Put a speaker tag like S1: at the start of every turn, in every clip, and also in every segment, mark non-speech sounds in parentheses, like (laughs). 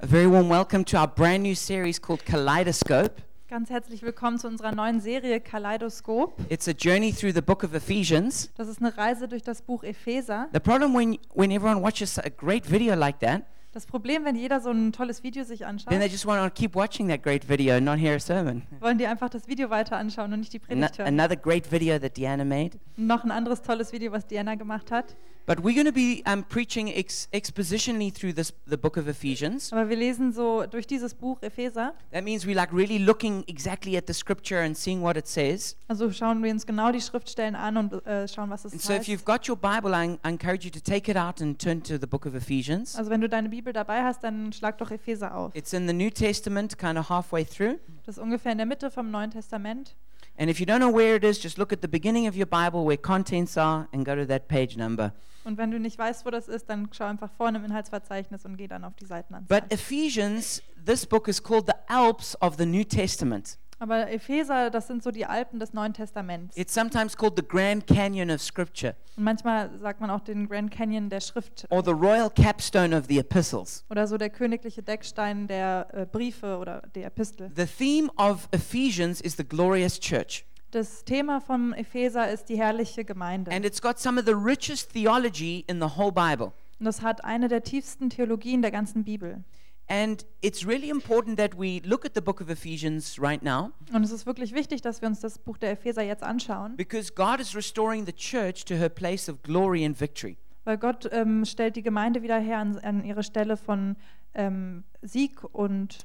S1: A very warm welcome to our brand new series called Kaleidoscope.
S2: Ganz herzlich willkommen zu unserer neuen Serie Kaleidoskop.
S1: It's a journey through the book of Ephesians.
S2: Das ist eine Reise durch das Buch Epheser.
S1: The problem when, when everyone watches a great video like that,
S2: Das Problem, wenn jeder so ein tolles Video sich
S1: then they
S2: anschaut,
S1: just want to keep watching that great video and not hear a sermon.
S2: wollen die einfach das Video weiter anschauen und nicht die
S1: Ano-
S2: Predigt hören.
S1: another great video that Deanna made.
S2: Noch ein anderes tolles Video, was Diana gemacht hat.
S1: But we're going to be um, preaching ex- expositionally through this, the book of Ephesians.
S2: Aber wir lesen so durch dieses Buch Epheser.
S1: That means we're like really looking exactly at the scripture and seeing what it says.
S2: Also schauen wir uns genau die Schriftstellen an und äh, schauen, was
S1: And
S2: es
S1: so if you've
S2: heißt.
S1: got your Bible, I, en- I encourage you to take it out and turn to the book of Ephesians.
S2: Also wenn du deine Bibel dabei hast, dann schlag doch Epheser auf.
S1: It's in the New Testament, kind of halfway through.
S2: Das ist ungefähr in der Mitte vom Neuen Testament.
S1: And if you don't know where it is, just look at the beginning of your Bible where contents are and go to that page number.
S2: Und wenn du nicht weißt, wo das ist, dann schau einfach vorne im Inhaltsverzeichnis und geh dann auf die Seitenanzahl.
S1: But Ephesians, this book is called the Alps of the New Testament.
S2: Aber Epheser, das sind so die Alpen des Neuen Testaments.
S1: It's sometimes called the Grand Canyon of Scripture
S2: Und manchmal sagt man auch den Grand Canyon der Schrift
S1: or the Royal Capstone of the Epistles.
S2: oder so der königliche Deckstein der äh, Briefe oder der Epistel.
S1: The theme of Ephesians is the glorious church.
S2: Das Thema vom Epheser ist die herrliche Gemeinde.
S1: And it's got some of the richest theology in the whole Bible.
S2: Und das hat eine der tiefsten Theologien der ganzen Bibel.
S1: And it's really important that we look at the book of Ephesians right now
S2: Und es ist wirklich wichtig, dass wir uns das Buch der Epheser jetzt anschauen,
S1: because God is restoring the church to her place of glory and victory.
S2: weil Gott ähm, stellt die Gemeinde wieder her an, an ihre Stelle von ähm, Sieg und,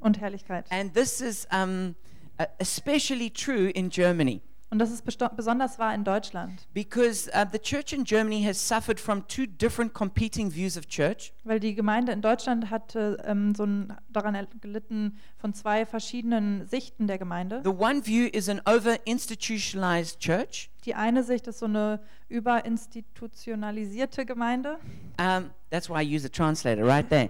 S2: und Herrlichkeit.
S1: And this is um, uh, especially true in Germany
S2: Und das ist besto- besonders wahr in Deutschland.
S1: because uh, the church in Germany has suffered from two different competing views of church.
S2: Weil die Gemeinde in Deutschland hatte ähm, so ein, daran erl- gelitten von zwei verschiedenen Sichten der Gemeinde.
S1: The one view is an over institutionalized church.
S2: Die eine Sicht ist so eine überinstitutionalisierte Gemeinde.
S1: Um, that's why I use a translator right there.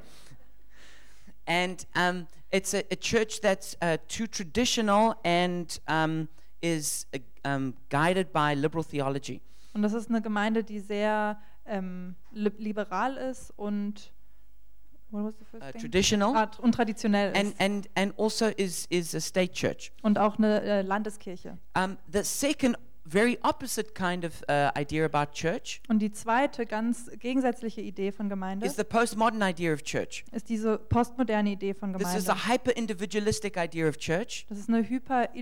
S1: And um, it's a, a church that's uh, too traditional and um, is uh, um, guided by liberal theology. Uh,
S2: Und das ist eine Gemeinde, die sehr ähm, li liberal ist und, what was the first
S1: Uh,
S2: thing?
S1: traditional
S2: Ah, und traditionell
S1: and,
S2: ist.
S1: and, and also is, is a state church.
S2: Und auch eine äh, Landeskirche.
S1: Um, the second, very opposite kind of uh, idea about church
S2: Und die zweite ganz gegensätzliche Idee von Gemeinde
S1: is the postmodern idea of church.
S2: ist diese postmoderne Idee von
S1: This
S2: Gemeinde.
S1: is a hyper individualistic idea of church.
S2: Das ist eine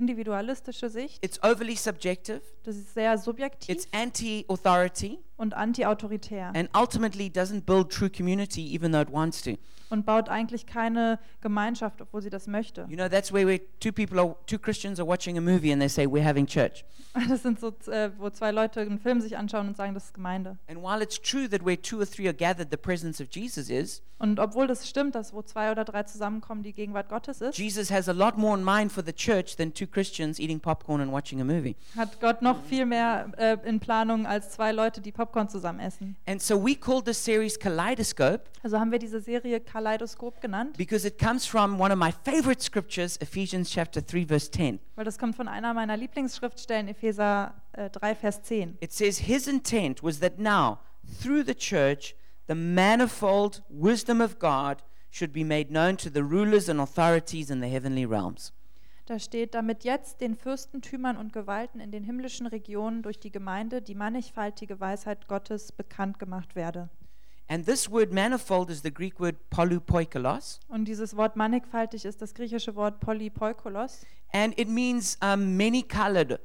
S2: hyperindividualistische Sicht.
S1: It's overly subjective,
S2: Das ist sehr subjektiv.
S1: it's anti authority,
S2: und antiautoritär
S1: and ultimately doesn't build true community even though it wants to.
S2: und baut eigentlich keine Gemeinschaft, obwohl sie das möchte.
S1: You know, that's where we, two people, are, two Christians are watching a movie and they say, We're having church.
S2: (laughs) Das sind so, z- äh, wo zwei Leute einen Film sich anschauen und sagen, das ist Gemeinde.
S1: And while it's true that where two or three are gathered, the presence of Jesus is,
S2: Und obwohl das stimmt, dass wo zwei oder drei zusammenkommen, die Gegenwart Gottes ist,
S1: Jesus has a lot more in mind for the church than two Christians eating popcorn and watching a movie.
S2: hat Gott noch viel mehr äh, in Planung als zwei Leute, die Popcorn zusammen essen.
S1: And so we called this series Kaleidoscope
S2: Also haben wir diese Serie Kaleidoskop genannt,
S1: because it comes from one of my favorite scriptures, Ephesians chapter 3 verse 10.
S2: weil das kommt von einer meiner Lieblingsschriftstellen, Epheser äh, 3, Vers 10.
S1: It says his intent was that now through the church the manifold wisdom of God should be made known to the rulers and authorities in the heavenly realms.
S2: Da steht, damit jetzt den Fürstentümern und Gewalten in den himmlischen Regionen durch die Gemeinde die mannigfaltige Weisheit Gottes bekannt gemacht werde.
S1: And this word manifold is the Greek word polypoikolos
S2: Und dieses Wort mannigfaltig ist das griechische Wort polypoikolos
S1: and it means um, many colored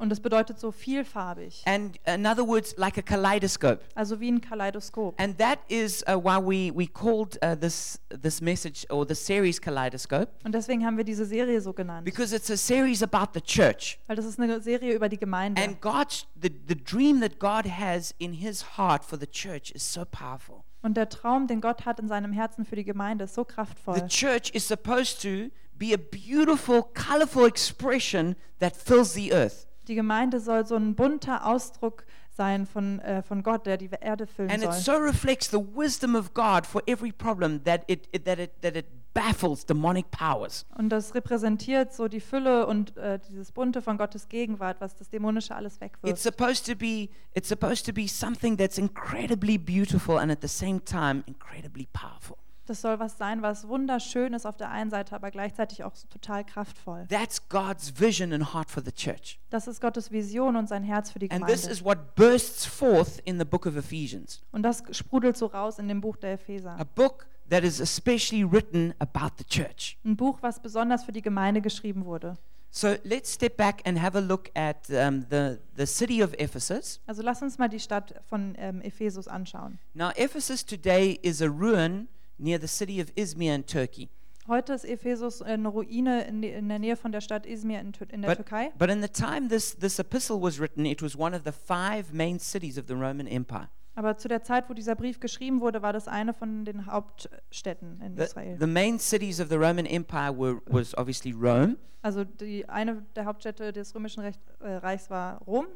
S2: und es bedeutet so vielfarbig,
S1: and in other words like a kaleidoscope.
S2: also wie ein Kaleidoskop.
S1: And that is uh, why we, we called uh, this, this message or the series Kaleidoscope.
S2: Und deswegen haben wir diese Serie so genannt,
S1: Because it's a series about the church.
S2: weil das ist eine Serie über die Gemeinde.
S1: And God's the, the dream that God has in his heart for the church is so powerful.
S2: Und der Traum, den Gott hat in seinem Herzen für die Gemeinde, ist so
S1: The
S2: kraftvoll.
S1: church is supposed to be a beautiful, colorful expression that fills the earth.
S2: Die Gemeinde soll so ein bunter Ausdruck sein von, äh, von Gott, der die Erde füllen
S1: And it
S2: soll.
S1: so reflects the wisdom of God for every problem that it, it- that it that it baffles demonic powers.
S2: Und das repräsentiert so die Fülle und äh, dieses Bunte von Gottes Gegenwart, was das Dämonische alles
S1: It's
S2: wegwirft.
S1: supposed to be it's supposed to be something that's incredibly beautiful and at the same time incredibly powerful.
S2: Das soll was sein, was wunderschön ist auf der einen Seite, aber gleichzeitig auch total kraftvoll.
S1: That's God's vision and heart for the church.
S2: Das ist Gottes Vision und sein Herz für die
S1: And this
S2: Gemeinde.
S1: is what bursts forth in the book of Ephesians,
S2: Und das sprudelt so raus in dem Buch der Epheser.
S1: a book that is especially written about the church.
S2: Ein Buch, was besonders für die Gemeinde geschrieben wurde.
S1: So let's step back and have a look at um, the, the city of Ephesus.
S2: Also lass uns mal die Stadt von ähm, Ephesus anschauen.
S1: Now, Ephesus today is a ruin near the city of Izmir in Turkey.
S2: Heute ist Ephesus eine Ruine in, die- in der Nähe von der Stadt Izmir in, Tür- in der
S1: But,
S2: Türkei.
S1: but in the time this, this epistle was written, it was one of the five main cities of the Roman Empire.
S2: Aber zu der Zeit, wo dieser Brief geschrieben wurde, war das eine von den Hauptstädten in
S1: The,
S2: Israel.
S1: the main cities of the Roman Empire were, was obviously Rome,
S2: Also die eine der Hauptstädte des römischen Recht, äh, Reichs war Rom,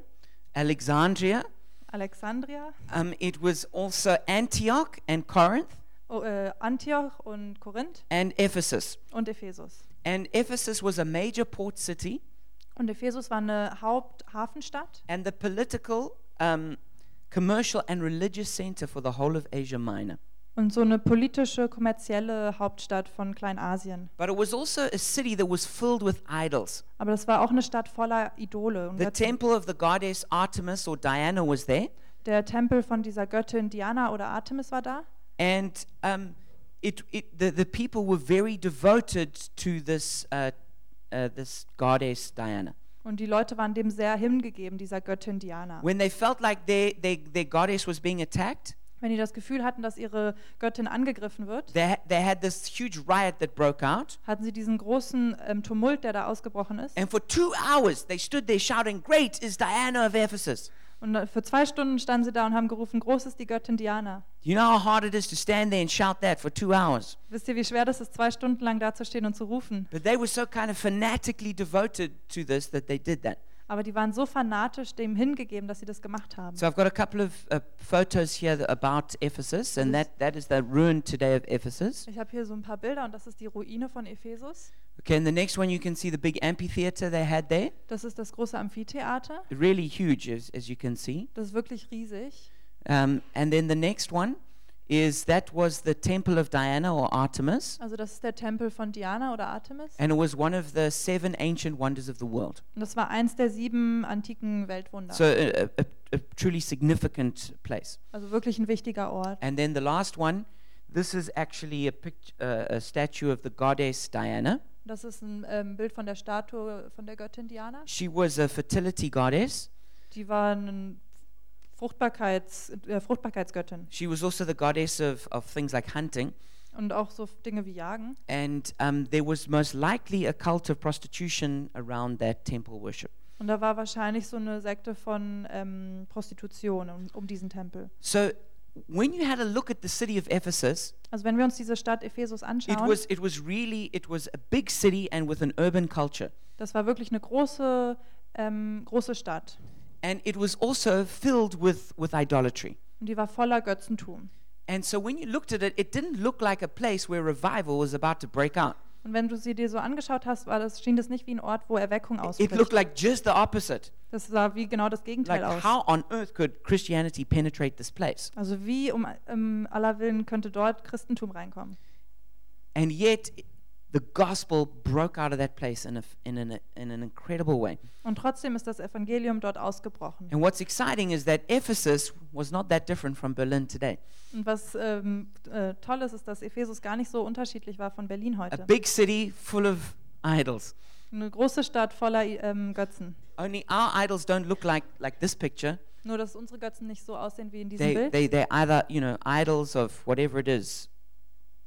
S1: Alexandria,
S2: Alexandria,
S1: um, it was also Antioch and Corinth,
S2: o, äh, Antioch und Korinth
S1: and Ephesus.
S2: und Ephesus.
S1: And Ephesus was a major port city,
S2: Und Ephesus war eine Haupthafenstadt
S1: and the political, um, commercial, and religious center for the whole of Asia Minor.
S2: und so eine politische, kommerzielle Hauptstadt von Kleinasien.
S1: But it was also a city that was filled with idols.
S2: Aber das war auch eine Stadt voller Idole. Und
S1: The
S2: Götzen.
S1: temple of the goddess Artemis or Diana was there,
S2: der Tempel von dieser Göttin Diana oder Artemis war da.
S1: and um, it, it, the, the people were very devoted to this, uh, uh, this goddess Diana.
S2: Und die Leute waren dem sehr hingegeben, dieser Göttin Diana.
S1: When they felt like they, they, their goddess was being attacked,
S2: Wenn die das Gefühl hatten, dass ihre Göttin angegriffen wird,
S1: they, ha- they had this huge riot that broke out.
S2: hatten sie diesen großen ähm, Tumult, der da ausgebrochen ist.
S1: And for two hours, they stood there shouting, Great is Diana of Ephesus.
S2: Und äh, für zwei Stunden standen sie da und haben gerufen, groß ist die Göttin Diana.
S1: You know how hard it is to stand there and shout that for two hours.
S2: Wisst ihr, wie schwer das ist, zwei Stunden lang da zu stehen und zu rufen?
S1: But they were so kind of fanatically devoted to this that they did that.
S2: Aber die waren so fanatisch dem hingegeben, dass sie das gemacht haben.
S1: So I've got a couple of uh, photos here th- about Ephesus, and that, that is the ruin today of Ephesus.
S2: Ich habe hier so ein paar Bilder und das ist die Ruine von Ephesus.
S1: Okay, and the next one you can see the big amphitheater they had there.
S2: Das ist das große Amphitheater.
S1: Really huge, as, as you can see.
S2: Das ist wirklich riesig.
S1: Um, and then the next one is that was the temple of Diana or Artemis,
S2: Also das ist der Tempel von Diana oder Artemis.
S1: and it was one of the seven ancient wonders of the world.
S2: Und das war eins der sieben antiken Weltwunder.
S1: So a, a- a, a truly significant place.
S2: Also wirklich ein wichtiger Ort.
S1: And then the last one, this is actually a, pict- uh, a statue of the goddess Diana.
S2: Das ist ein ähm, Bild von der Statue von der Göttin Diana.
S1: She was a fertility goddess.
S2: Die war ein Fruchtbarkeits, äh, Fruchtbarkeitsgöttin
S1: She was also the goddess of, of things like hunting.
S2: und auch so Dinge wie Jagen.
S1: And um, there was most likely a cult of prostitution around that temple worship.
S2: Und da war wahrscheinlich so eine Sekte von ähm, Prostitution um, um diesen Tempel.
S1: So when you had a look at the city of Ephesus,
S2: Also wenn wir uns diese Stadt Ephesus
S1: it
S2: anschauen,
S1: was, it was really, it was a big city and with an urban culture.
S2: das war wirklich eine große, ähm, große Stadt.
S1: And it was also filled with, with idolatry.
S2: Und die war voller Götzentum.
S1: And so when you looked at it, it didn't look like a place where revival was about to break out.
S2: Und wenn du sie dir so angeschaut hast, war das, schien das nicht wie ein Ort, wo Erweckung
S1: It looked
S2: ausbricht.
S1: like just the opposite.
S2: Das sah wie genau das Gegenteil
S1: Like,
S2: aus.
S1: how on earth could Christianity penetrate this place?
S2: Also wie um, um aller Willen könnte dort Christentum reinkommen.
S1: And yet, the gospel broke out of that place in, a, in, an, in an incredible way.
S2: Und trotzdem ist das Evangelium dort ausgebrochen.
S1: And what's exciting is that Ephesus was not that different from Berlin today.
S2: Und was ähm, äh, toll ist, ist, dass Ephesus gar nicht so unterschiedlich war von Berlin
S1: A
S2: heute.
S1: big city full of idols.
S2: Eine große Stadt voller ähm, Götzen.
S1: Only our idols don't look like, like this picture.
S2: Nur, dass unsere Götzen nicht so aussehen wie in diesem
S1: They,
S2: Bild.
S1: they, they're either, you know, idols of whatever it is.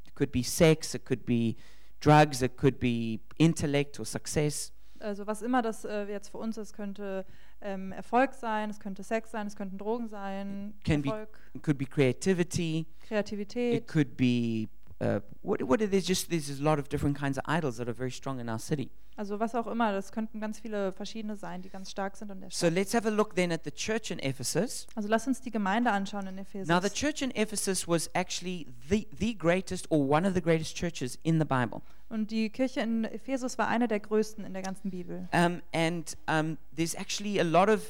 S1: It could be sex, it could be drugs, it could be intellect or success.
S2: Also was immer das äh, jetzt für uns ist, könnte ähm, Erfolg sein, es könnte Sex sein, es könnten Drogen sein,
S1: Can be-
S2: Erfolg,
S1: It could be creativity. It
S2: Kreativität.
S1: could be uh, what? What are there's just there's just a lot of different kinds of idols that are very strong in our city.
S2: Also was auch immer, das könnten ganz viele verschiedene sein, die ganz stark sind in der
S1: So
S2: Stadt.
S1: let's have a look then at the church in Ephesus.
S2: Also lass uns die Gemeinde anschauen in Ephesus.
S1: Now the church in Ephesus was actually the the greatest or one of the greatest churches in the Bible.
S2: Und die Kirche in Ephesus war eine der größten in der ganzen Bibel.
S1: Um, and um, there's actually a lot of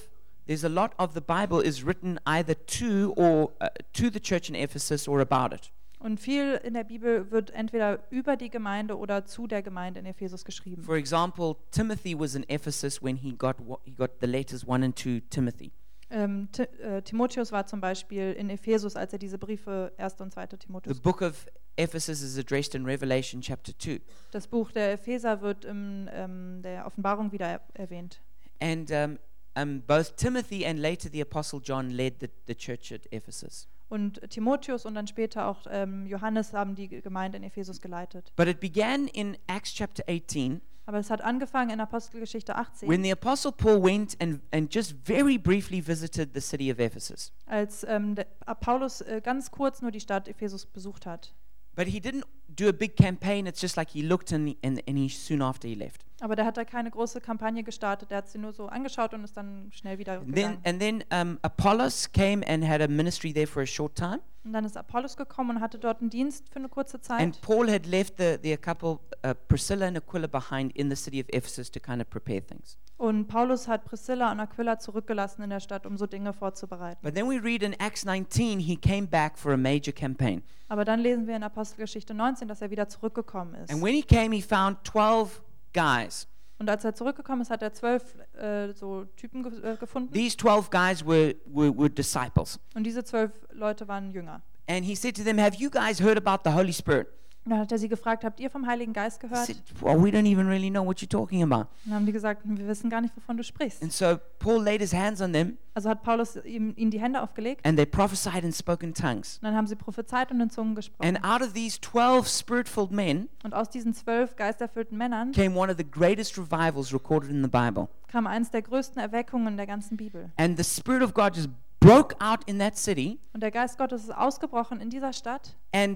S1: there's a lot of the Bible is written either to or uh, to the church in Ephesus or about it.
S2: Und viel in der Bibel wird entweder über die Gemeinde oder zu der Gemeinde in Ephesus geschrieben.
S1: For example, Timothy was in Ephesus when he got wha- he got the letters 1 and 2 Timothy.
S2: Ähm, Ti- äh, Timotheus war zum Beispiel in Ephesus, als er diese Briefe 1. und 2.
S1: The
S2: Timotheus.
S1: book of Ephesus is addressed in Revelation chapter 2.
S2: Das Buch der Epheser wird in ähm, der Offenbarung wieder er- erwähnt.
S1: And um, um, both Timothy and later the Apostle John led the, the church at Ephesus.
S2: Und Timotheus und dann später auch ähm, Johannes haben die Gemeinde in Ephesus geleitet.
S1: But it began in Acts chapter 18
S2: Aber es hat angefangen in Apostelgeschichte
S1: when
S2: 18,
S1: the Apostle Paul went and, and just very briefly visited the city of Ephesus.
S2: als ähm, der, äh, Paulus äh, ganz kurz nur die Stadt Ephesus besucht hat.
S1: But he didn't do a big campaign. It's just like he looked and, and, and he soon after he left.
S2: Aber der hat da keine große Kampagne gestartet, der hat sie nur so angeschaut und ist dann schnell wieder
S1: And then,
S2: gegangen.
S1: and then um, Apollos came and had a ministry there for a short time.
S2: Und dann ist Apollos gekommen und hatte dort einen Dienst für eine kurze
S1: And
S2: Zeit.
S1: Paul had left the, the couple, uh, Priscilla and Aquila, behind in the city of Ephesus to kind of prepare things.
S2: Und Paulus hat Priscilla und Aquila zurückgelassen in der Stadt, um so Dinge vorzubereiten.
S1: But then we read in Acts 19, he came back for a major campaign.
S2: Aber dann lesen wir in Apostelgeschichte 19, dass er wieder zurückgekommen ist.
S1: And when he came, he found 12 guys.
S2: Und als er zurückgekommen ist, hat er zwölf äh, so Typen ge äh, gefunden.
S1: These 12 guys were, were, were disciples.
S2: Und diese zwölf Leute waren Jünger.
S1: And he said to them, Have you guys heard about the Holy Spirit?
S2: Und dann hat er sie gefragt, habt ihr vom Heiligen Geist
S1: They
S2: gehört?
S1: said, Well, we don't even really know what you're talking about.
S2: Und dann haben die gesagt, wir wissen gar nicht, wovon du sprichst.
S1: And so Paul laid his hands on them,
S2: Also hat Paulus ihm, ihnen die Hände aufgelegt.
S1: and they prophesied and spoke in tongues.
S2: Und dann haben sie prophezeit und in Zungen
S1: And
S2: gesprochen.
S1: out of these 12 spirit filled men
S2: Und aus diesen zwölf geisterfüllten Männern
S1: came one of the greatest revivals recorded in the Bible.
S2: kam eins der größten Erweckungen der ganzen Bibel.
S1: And the Spirit of God just broke out in that city.
S2: Und der Geist Gottes ist ausgebrochen in dieser Stadt.
S1: And,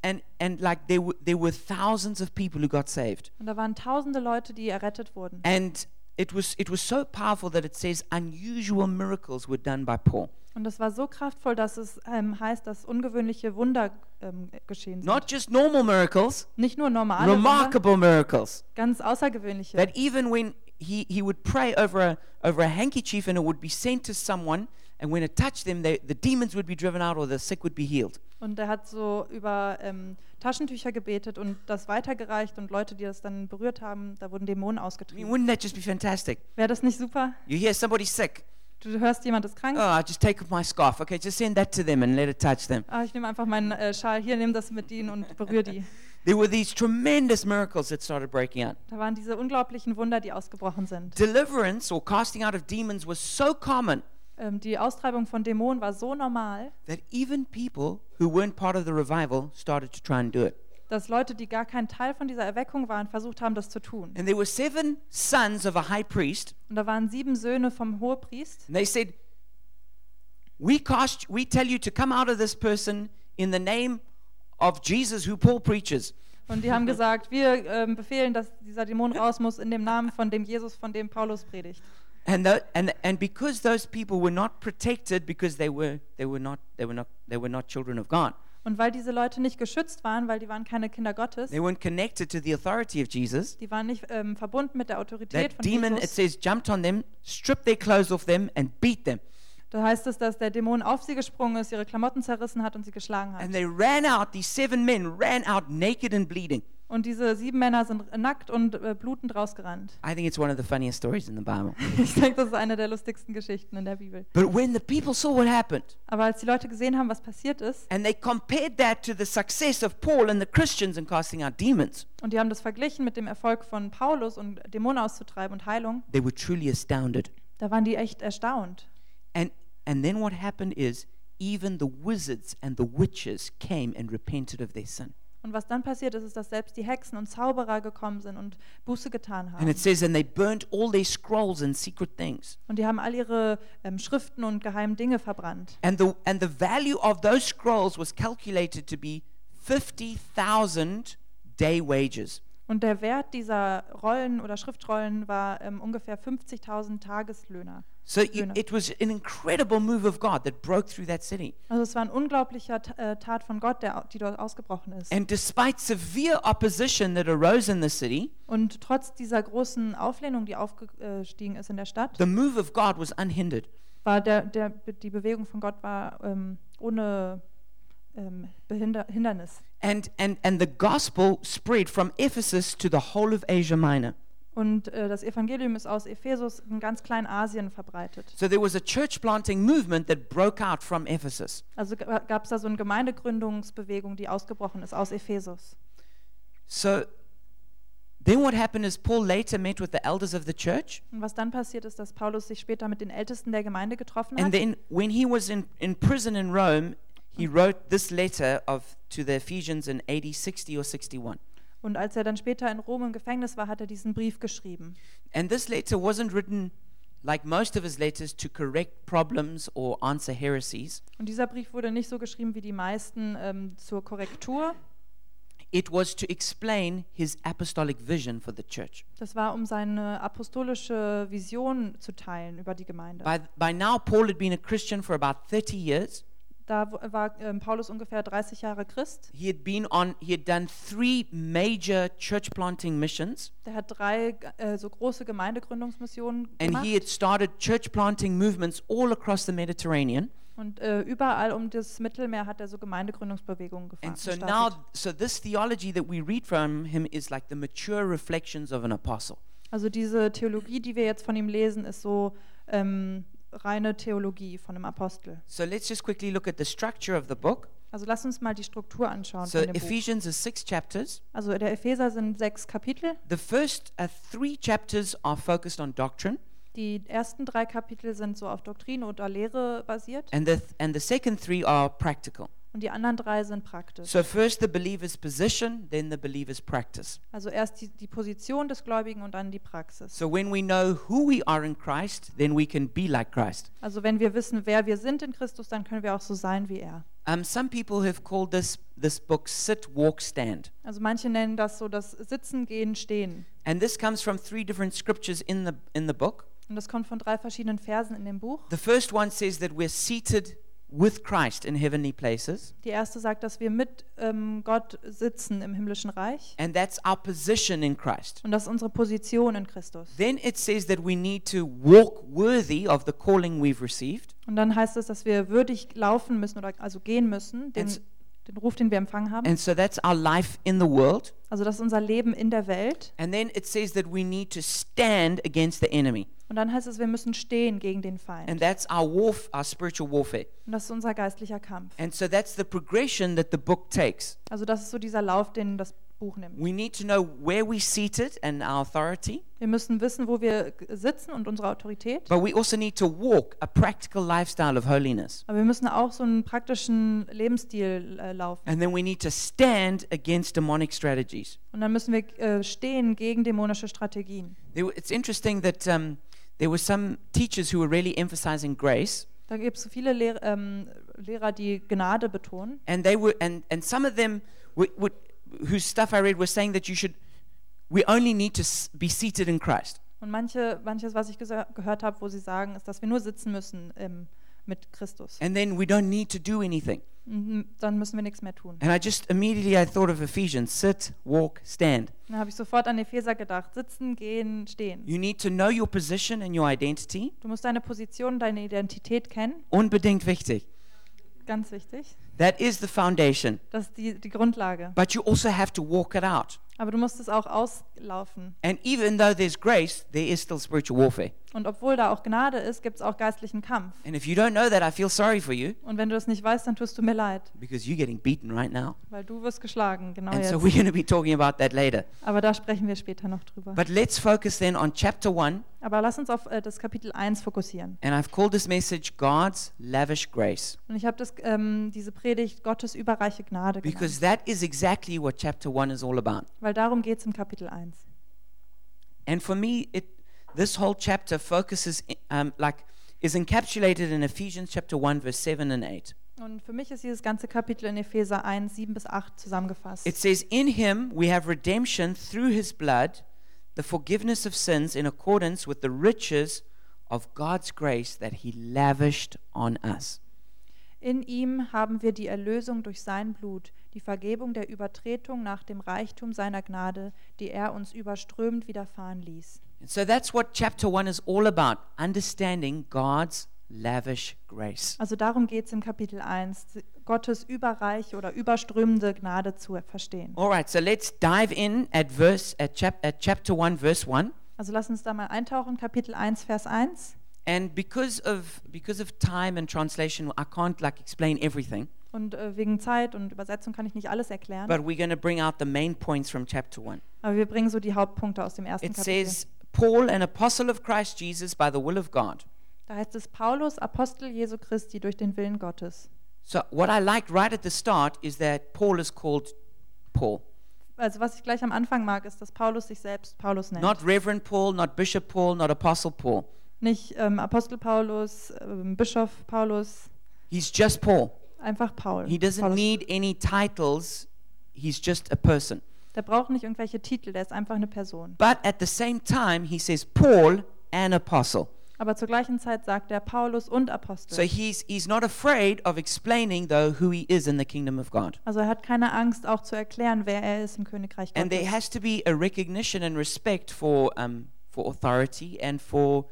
S1: and, and like there, were there were thousands of people who got saved.
S2: Und da waren tausende Leute, die errettet wurden.
S1: And it was, it was so powerful that it says unusual miracles were done by Paul.
S2: Und das war so kraftvoll, dass es ähm, heißt, dass ungewöhnliche Wunder ähm, geschehen sind.
S1: Not just normal miracles,
S2: Nicht nur normale, Wunder,
S1: remarkable miracles.
S2: ganz außergewöhnliche.
S1: That even when he, he would pray over a, over a handkerchief and it would be sent to someone, and when it touched them, they, the demons would be driven out or the sick would be healed.
S2: Und er hat so über ähm, Taschentücher gebetet und das weitergereicht und Leute, die das dann berührt haben, da wurden Dämonen
S1: I mean,
S2: ausgetrieben.
S1: wouldn't that just be fantastic?
S2: Wäre das nicht super?
S1: You hear somebody's sick.
S2: Du hörst, jemand ist krank.
S1: Oh, I just take off my scarf. Okay, just send that to them and let it touch them.
S2: Ah, ich nehme einfach meinen äh, Schal hier, nehme das mit ihnen und berühre die.
S1: There were these tremendous miracles that started breaking out.
S2: Da waren diese unglaublichen Wunder, die ausgebrochen sind.
S1: Deliverance or casting out of demons was so common
S2: Ähm, die Austreibung von Dämonen war so normal,
S1: that even people who weren't part of the revival started to try and do it.
S2: dass Leute, die gar kein Teil von dieser Erweckung waren, versucht haben, das zu tun.
S1: And there were seven sons of a high priest,
S2: Und da waren sieben Söhne vom Hohepriest.
S1: and they said, "We cast, we tell you to come out of this person in the name of Jesus, who Paul preaches." (laughs)
S2: Und die haben gesagt, wir ähm, befehlen, dass dieser Dämon raus muss in dem Namen von dem Jesus, von dem Paulus predigt.
S1: And, tho- and, and because those people were not protected because they were, they, were not, they, were not, they were not children of God,
S2: Und weil diese Leute nicht geschützt waren, weil die waren keine Kinder Gottes,
S1: they weren't connected to the authority of Jesus,
S2: die waren nicht ähm, verbunden mit der
S1: that
S2: Autorität von
S1: demon, it
S2: Jesus,
S1: says, jumped on them, stripped their clothes off them, and beat them.
S2: da heißt es, dass der Dämon auf sie gesprungen ist, ihre Klamotten zerrissen hat und sie geschlagen hat.
S1: And they ran out, these seven men ran out naked and bleeding.
S2: Und diese sieben Männer sind nackt und äh, blutend rausgerannt.
S1: I think it's one of the funniest stories in the Bible.
S2: (laughs) Ich denke, das ist eine der lustigsten Geschichten in der Bibel.
S1: but when the people saw what happened,
S2: Aber als die Leute gesehen haben, was passiert ist,
S1: and they compared that to the success of Paul and the Christians in casting out demons,
S2: und die haben das verglichen mit dem Erfolg von Paulus und Dämonen auszutreiben und Heilung,
S1: they were truly astounded.
S2: da waren die echt erstaunt.
S1: And and then what happened is even the wizards and the witches came and repented of their sin.
S2: Und was dann passiert ist, ist, dass selbst die Hexen und Zauberer gekommen sind und Buße getan
S1: And
S2: haben.
S1: it says, and they burnt all their scrolls and secret things.
S2: Und die haben all ihre ähm, Schriften und geheimen Dinge verbrannt.
S1: And the and the value of those scrolls was calculated to be fifty thousand day wages.
S2: Und der Wert dieser Rollen oder Schriftrollen war ähm, ungefähr 50.000 Tageslöhner.
S1: So you,
S2: Genau.
S1: it was an incredible move of God that broke through that city.
S2: Also es war ein unglaublicher Ta- äh, Tat von Gott, der, au- die dort ausgebrochen ist.
S1: And despite severe opposition that arose in the city,
S2: Und trotz dieser großen Auflehnung, die aufgestiegen ist in der Stadt,
S1: the move of God was unhindered.
S2: war der, der, die Bewegung von Gott war ähm, ohne ähm, Behinder Hindernis.
S1: And, and, and the gospel spread from Ephesus to the whole of Asia Minor.
S2: Und äh, das Evangelium ist aus Ephesus in ganz Kleinasien verbreitet.
S1: So there was a church planting movement that broke out from Ephesus.
S2: Also gab es da so eine Gemeindegründungsbewegung, die ausgebrochen ist aus Ephesus.
S1: So then what happened is Paul later met with the elders of the church.
S2: Und was dann passiert ist, dass Paulus sich später mit den Ältesten der Gemeinde getroffen
S1: And
S2: hat.
S1: then when he was in, in prison in Rome, he wrote this letter of to the Ephesians in AD 60 or 61.
S2: Und als er dann später in Rom im Gefängnis war, hat er diesen Brief geschrieben.
S1: And this letter wasn't written like most of his letters to correct problems or answer heresies.
S2: Und dieser Brief wurde nicht so geschrieben wie die meisten ähm, zur Korrektur.
S1: It was to explain his apostolic vision for the church.
S2: Das war, um seine apostolische Vision zu teilen über die Gemeinde.
S1: By, by now, Paul had been a Christian for about 30 years.
S2: Da w- war ähm, Paulus ungefähr 30 Jahre Christ.
S1: He had been on, he had done three major church planting missions,
S2: Der hat drei g- äh, so große Gemeindegründungsmissionen
S1: and
S2: gemacht
S1: he had started church planting movements all across the Mediterranean.
S2: und äh, überall um das Mittelmeer hat er so Gemeindegründungsbewegungen gefahren.
S1: And so now, so this theology that we read from him is like the mature reflections of an apostle.
S2: also diese Theologie, die wir jetzt von ihm lesen, ist so ähm, reine Theologie von einem Apostel.
S1: So let's just quickly look at the structure of the book.
S2: Also lass uns mal die Struktur anschauen
S1: So
S2: von dem Buch.
S1: Ephesians is six chapters.
S2: Also der Epheser sind sechs Kapitel.
S1: The first uh, three chapters are focused on doctrine,
S2: Die ersten drei Kapitel sind so auf Doktrine oder Lehre basiert
S1: and the th- and the second three are practical.
S2: und die anderen drei sind praktisch.
S1: So first the believer's position, then the believer's practice.
S2: Also erst die, die Position des Gläubigen und dann die Praxis.
S1: So when we know who we are in Christ, then we can be like Christ.
S2: Also wenn wir wissen, wer wir sind in Christus, dann können wir auch so sein wie er.
S1: Um, some people have called this this book "Sit, Walk, Stand,"
S2: Also manche nennen das so das Sitzen, Gehen, Stehen.
S1: and this comes from three different scriptures in the in the book.
S2: Und das kommt von drei verschiedenen Versen in dem Buch.
S1: The first one says that we're seated with Christ in heavenly places,
S2: Die erste sagt, dass wir mit ähm, Gott sitzen im himmlischen Reich
S1: and that's our position in Christ.
S2: und das ist unsere Position in Christus.
S1: Then it says that we need to walk worthy of the calling we've received.
S2: Und dann heißt es, dass wir würdig laufen müssen oder also gehen müssen, den,
S1: Jetzt-
S2: den Ruf, den wir empfangen haben.
S1: And so that's our life in the world.
S2: Also das ist unser Leben in der Welt.
S1: And then it says that we need to stand against the enemy.
S2: Und dann heißt es, wir müssen stehen gegen den
S1: And
S2: Feind.
S1: that's our warf- our spiritual warfare.
S2: Und das ist unser geistlicher Kampf.
S1: And so that's the progression that the book takes.
S2: Also das ist so dieser Lauf, den das Buch nimmt.
S1: We need to know where we're seated and our authority,
S2: Wir müssen wissen, wo wir g- sitzen und unsere Autorität.
S1: but we also need to walk a practical lifestyle of holiness.
S2: Aber wir müssen auch so einen praktischen Lebensstil äh, laufen.
S1: And then we need to stand against demonic strategies.
S2: Und dann müssen wir äh, stehen gegen dämonische Strategien.
S1: There, w- it's interesting that um, there were some teachers who were really emphasizing grace,
S2: Da gibt es viele Lehr ähm, Lehrer, die Gnade betonen.
S1: and they were, and, and some of them, were, were, whose stuff I read, were saying that you should, we only need to s- be seated in Christ.
S2: Und manche, manches, was ich gesa- gehört habe, wo sie sagen, ist, dass wir nur sitzen müssen ähm, mit Christus.
S1: and then we don't need to do anything.
S2: Und dann müssen wir nichts mehr tun.
S1: And I just immediately I thought of Ephesians: sit, walk, stand.
S2: Dann habe ich sofort an Epheser gedacht. Sitzen, gehen, stehen.
S1: You need to know your position and your identity.
S2: Du musst deine Position, deine Identität kennen.
S1: Unbedingt wichtig.
S2: Ganz wichtig.
S1: That is the foundation.
S2: Das ist die, die Grundlage.
S1: But you also have to walk it out.
S2: Aber du musst es auch auslaufen.
S1: And even though there's grace, there is still spiritual warfare.
S2: Und obwohl da auch Gnade ist, gibt es auch geistlichen Kampf.
S1: And if you don't know that, I feel sorry for you
S2: Und wenn du das nicht weißt, dann tust du mir leid,
S1: because you're getting beaten right now.
S2: weil du wirst geschlagen, genau
S1: and so
S2: jetzt.
S1: we're going to be talking about that later.
S2: Aber da sprechen wir später noch drüber.
S1: But let's focus then on chapter 1.
S2: Aber lass uns auf äh, das Kapitel 1 fokussieren.
S1: And I've called this message God's lavish grace
S2: Und ich habe das, ähm, diese Predigt Gottes überreiche Gnade genannt,
S1: because that is exactly what chapter 1 is all about.
S2: weil darum geht es im Kapitel 1.
S1: And for me, it this whole chapter focuses i- um, like is encapsulated in Ephesians chapter 1 verse 7 and 8.
S2: Und für mich ist dieses ganze Kapitel in Epheser 1, 7 bis 8 zusammengefasst.
S1: It says, In him we have redemption through his blood, the forgiveness of sins in accordance with the riches of God's grace that he lavished on us.
S2: In ihm haben wir die Erlösung durch sein Blut, die Vergebung der Übertretung nach dem Reichtum seiner Gnade, die er uns überströmend widerfahren ließ.
S1: And so that's what chapter 1 is all about understanding God's lavish grace.
S2: Also darum geht es im Kapitel 1, Gottes überreiche oder überströmende Gnade zu verstehen.
S1: All right, so let's dive in at verse at, chap- at chapter 1 verse 1.
S2: Also lass uns da mal eintauchen, Kapitel 1, Vers 1.
S1: And because of because of time and translation, I can't like explain everything,
S2: Und äh, wegen Zeit und Übersetzung kann ich nicht alles erklären,
S1: but we're going to bring out the main points from chapter 1.
S2: aber wir bringen so die Hauptpunkte aus dem ersten
S1: It
S2: Kapitel.
S1: says, Paul, an apostle of Christ Jesus by the will of God.
S2: Da heißt es Paulus, Apostel Jesu Christi durch den Willen Gottes.
S1: So what I liked right at the start is that Paul is called Paul.
S2: Also was ich gleich am Anfang mag, ist, dass Paulus sich selbst Paulus nennt.
S1: Not Reverend Paul, not Bishop Paul, not Apostle Paul.
S2: nicht ähm, Apostel Paulus, ähm, Bischof Paulus,
S1: He's just Paul.
S2: einfach Paul.
S1: He doesn't
S2: Paulus.
S1: need any titles. He's just a person.
S2: der braucht nicht irgendwelche Titel, der ist einfach eine Person.
S1: But at the same time, he says Paul, an apostle.
S2: Aber zur gleichen Zeit sagt er Paulus und Apostel.
S1: So he's, he's not afraid of explaining, though, who he is in the kingdom of God.
S2: also er hat keine Angst, auch zu erklären, wer er ist im Königreich
S1: And there
S2: Gottes.
S1: has to be a recognition and respect for, um, for authority and for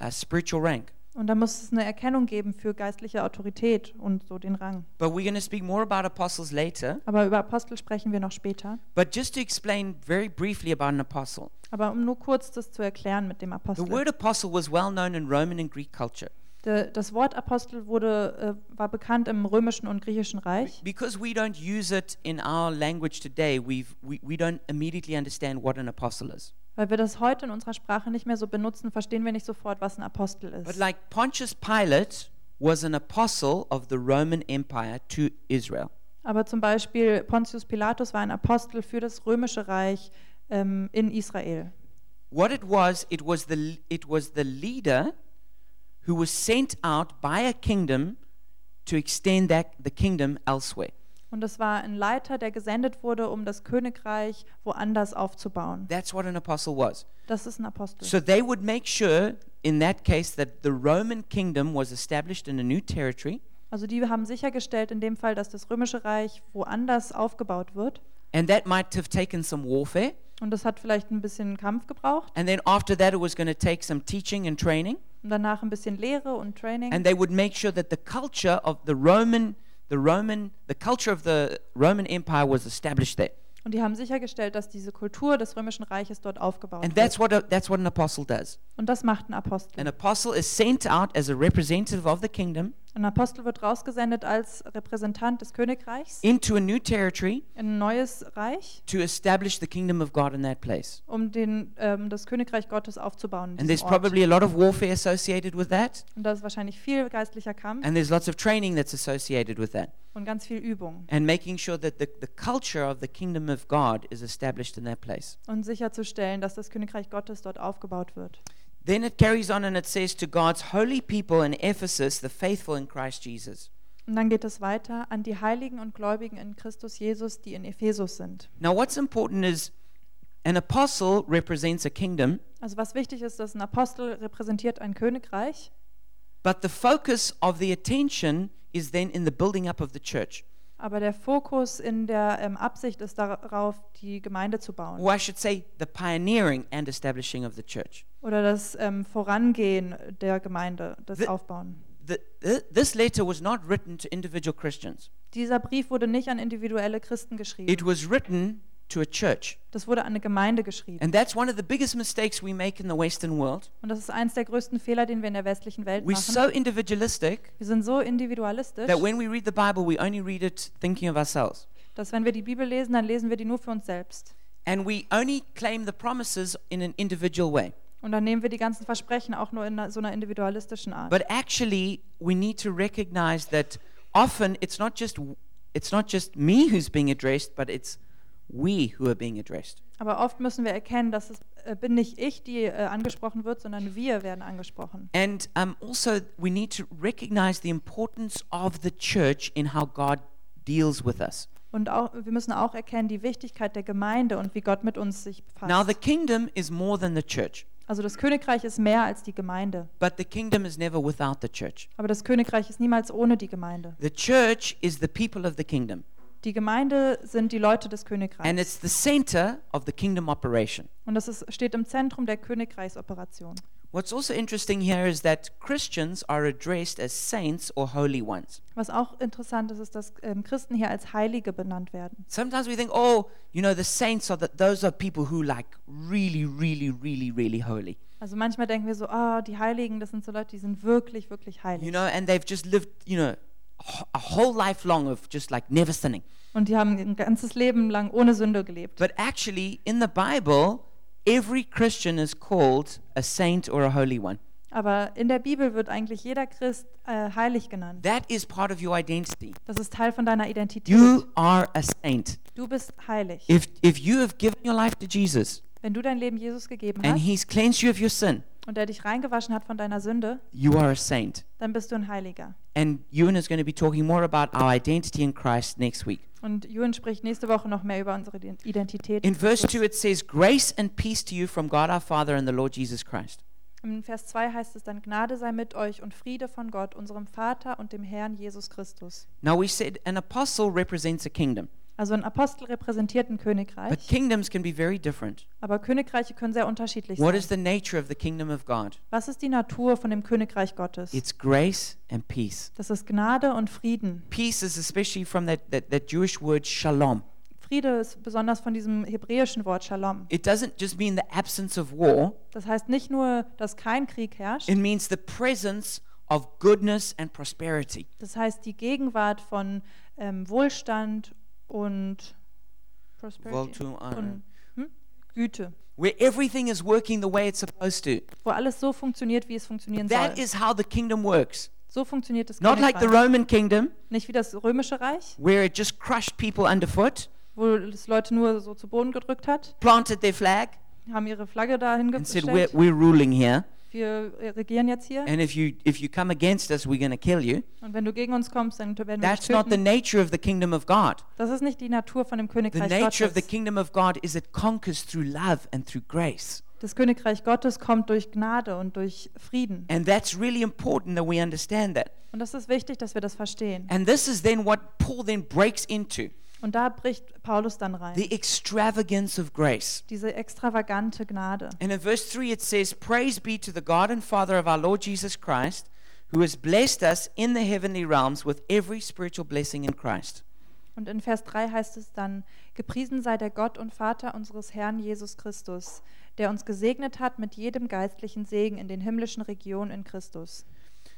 S1: uh, spiritual rank.
S2: Und da muss es eine Erkennung geben für geistliche Autorität und so den Rang.
S1: But we're going to speak more about apostles later.
S2: Aber über Apostel sprechen wir noch später.
S1: But just to explain very briefly about an apostle
S2: Aber um nur kurz das zu erklären mit dem
S1: the
S2: Apostel.
S1: word apostle was well known in Roman and Greek culture.
S2: Der- das Wort Apostel wurde, äh, war bekannt im römischen und griechischen Reich.
S1: Because we don't use it in our language today, we've, we, we don't immediately understand what an apostle is.
S2: Weil wir das heute in unserer Sprache nicht mehr so benutzen, verstehen wir nicht sofort, was ein Apostel
S1: But
S2: ist.
S1: like Pontius Pilate was an apostle of the Roman Empire to Israel.
S2: Aber zum Beispiel Pontius Pilatus war ein Apostel für das römische Reich ähm, in Israel.
S1: What it was, it was the, it was the leader who was sent out by a kingdom to extend that, the kingdom elsewhere.
S2: Und es war ein Leiter, der gesendet wurde, um das Königreich woanders aufzubauen.
S1: That's what an apostle was.
S2: Das ist ein Apostel.
S1: So they would make sure, in that case, that the Roman kingdom was established in a new territory.
S2: Also die haben sichergestellt in dem Fall, dass das römische Reich woanders aufgebaut wird.
S1: And that might have taken some warfare.
S2: Und das hat vielleicht ein bisschen Kampf gebraucht
S1: And then after that, it was going to take some teaching and training.
S2: und danach ein bisschen Lehre und Training.
S1: And they would make sure that the culture of the Roman, the Roman, the culture of the Roman Empire was established there.
S2: Und die haben sichergestellt, dass diese Kultur des römischen Reiches dort aufgebaut
S1: And
S2: wird.
S1: that's what, a, that's what an apostle does.
S2: Und das macht ein
S1: An
S2: Apostel.
S1: apostle is sent out as a representative of the kingdom
S2: Ein Apostel wird rausgesendet als Repräsentant des Königreichs
S1: into a new territory
S2: in ein neues Reich,
S1: to establish the kingdom of God in that place.
S2: um den, ähm, das Königreich Gottes aufzubauen.
S1: And
S2: in
S1: there's
S2: diesem Ort.
S1: probably a lot of warfare associated with that.
S2: Und da ist wahrscheinlich viel geistlicher Kampf
S1: And there's lots of training that's associated with that.
S2: und ganz viel Übung.
S1: And making sure that the, the culture of the kingdom of God is established in that place.
S2: Und um sicherzustellen, dass das Königreich Gottes dort aufgebaut wird.
S1: Then it carries on and it says to God's holy people in Ephesus, the faithful in Christ Jesus.
S2: Und dann geht es weiter an die Heiligen und Gläubigen in Christus Jesus, die in Ephesus sind.
S1: Now, what's important is an apostle represents a kingdom,
S2: Also was wichtig ist, dass ein Apostel repräsentiert ein Königreich,
S1: but the focus of the attention is then in the building up of the church.
S2: aber der Fokus in der ähm, Absicht ist darauf, die Gemeinde zu bauen
S1: Or I should say, the pioneering and establishing of the church.
S2: oder das ähm, Vorangehen der Gemeinde, das
S1: The-
S2: Aufbauen.
S1: The, th- this letter was not written to individual Christians,
S2: Dieser Brief wurde nicht an individuelle Christen
S1: it
S2: geschrieben,
S1: was written to a church.
S2: das wurde an eine Gemeinde geschrieben.
S1: And that's one of the biggest mistakes we make in the Western world.
S2: Und das ist eins der größten Fehler, den wir in der westlichen Welt
S1: We're
S2: machen.
S1: so individualistic
S2: Wir sind so individualistisch,
S1: that when we read the Bible, we only read it thinking of ourselves.
S2: dass wenn wir die Bibel lesen, dann lesen wir die nur für uns selbst.
S1: And we only claim the promises in an individual way.
S2: Und dann nehmen wir die ganzen Versprechen auch nur in einer- so einer individualistischen Art.
S1: But actually, we need to recognize that often it's not just it's not just me who's being addressed, but it's we who are being addressed.
S2: Aber oft müssen wir erkennen, dass es äh, bin nicht ich, die äh, angesprochen wird, sondern wir werden angesprochen.
S1: And um, also, we need to recognize the importance of the church in how God deals with us.
S2: Und auch, wir müssen auch erkennen die Wichtigkeit der Gemeinde und wie Gott mit uns sich
S1: Now, the
S2: befasst.
S1: kingdom is more than the church,
S2: Also das Königreich ist mehr als die Gemeinde.
S1: but the kingdom is never without the church.
S2: Aber das Königreich ist niemals ohne die Gemeinde.
S1: The church is the people of the kingdom.
S2: Die Gemeinde sind die Leute des
S1: And
S2: Königreichs.
S1: it's the center of the kingdom operation.
S2: Und das ist, steht im Zentrum der Königreichsoperation.
S1: What's also interesting here is that Christians are addressed as saints or holy ones.
S2: Was auch interessant ist, ist, dass ähm, Christen hier als Heilige benannt werden.
S1: Sometimes we think, oh, you know, the saints are the, those are people who like really, really, really, really holy.
S2: Also manchmal denken wir so, ah, die Heiligen, das sind so Leute, die sind wirklich, wirklich heilig.
S1: You know, and they've just lived, you know, h- a whole life long of just like never sinning.
S2: Und die haben ein ganzes Leben lang ohne Sünde gelebt.
S1: But actually, in the Bible, every Christian is called a saint or a holy one.
S2: Aber in der Bibel wird eigentlich jeder Christ äh, heilig genannt.
S1: That is part of your identity.
S2: Das ist Teil von deiner Identität.
S1: You are a saint.
S2: Du bist heilig.
S1: If, if you have given your life to Jesus
S2: Wenn du dein Leben Jesus gegeben
S1: and
S2: hast
S1: he's cleansed you of your sin,
S2: und er dich reingewaschen hat von deiner Sünde,
S1: you are a saint.
S2: dann bist du ein Heiliger.
S1: And Ewan is going to be talking more about our identity in Christ next week.
S2: Und Jürgen spricht nächste Woche noch mehr über unsere Ident- Identität.
S1: In verse 2, it says, Grace and peace to you from God our Father and the Lord Jesus Christ.
S2: Im Vers 2 heißt es dann, Gnade sei mit euch und Friede von Gott, unserem Vater und dem Herrn Jesus Christus.
S1: Now, we said an apostle represents a kingdom,
S2: Also ein Apostel repräsentiert ein
S1: but
S2: Königreich,
S1: kingdoms can be very different.
S2: aber Königreiche können sehr unterschiedlich
S1: What
S2: sein.
S1: is the nature of the kingdom of God?
S2: Was ist die Natur von dem Königreich Gottes?
S1: It's grace and peace.
S2: Das ist Gnade und Frieden.
S1: Peace is especially from that, that, that Jewish word shalom.
S2: Friede ist besonders von diesem hebräischen Wort Shalom.
S1: It doesn't just mean the absence of war,
S2: Das heißt nicht nur, dass kein Krieg herrscht,
S1: it means the presence of goodness and prosperity.
S2: das heißt die Gegenwart von ähm, Wohlstand und Prosperity
S1: Wohltun-
S2: und hm? Güte,
S1: Where everything is working the way it's supposed to.
S2: wo alles so funktioniert, wie es funktionieren
S1: That
S2: soll.
S1: is how the kingdom works.
S2: So funktioniert das
S1: Not like the
S2: Königreich.
S1: Roman kingdom,
S2: Nicht wie das römische Reich,
S1: where it just crushed people underfoot,
S2: wo es Leute nur so zu Boden gedrückt hat,
S1: planted their flag,
S2: haben ihre Flagge dahin
S1: and said, we're,
S2: gestellt.
S1: we're ruling here.
S2: Wir regieren jetzt hier
S1: And if you, if you come against us, we're going to kill you.
S2: und wenn du gegen uns kommst, dann werden wir dich
S1: That's not the
S2: töten.
S1: nature of the kingdom of God.
S2: Das ist nicht die Natur von dem
S1: The
S2: Königreich
S1: nature of the
S2: Gottes.
S1: kingdom of God is it conquers through love and through grace.
S2: Das Königreich Gottes kommt durch Gnade und durch Frieden.
S1: And that's really important that we understand that.
S2: Und das ist wichtig, dass wir das verstehen.
S1: And this is then what Paul then breaks into
S2: Und da bricht Paulus dann rein.
S1: the extravagance of grace.
S2: Diese extravagante Gnade.
S1: And in verse 3, it says, Praise be to the God and Father of our Lord Jesus Christ, who has blessed us in the heavenly realms with every spiritual blessing in Christ.
S2: Und in Vers 3 heißt es dann, gepriesen sei der Gott und Vater unseres Herrn Jesus Christus, der uns gesegnet hat mit jedem geistlichen Segen in den himmlischen Regionen in Christus.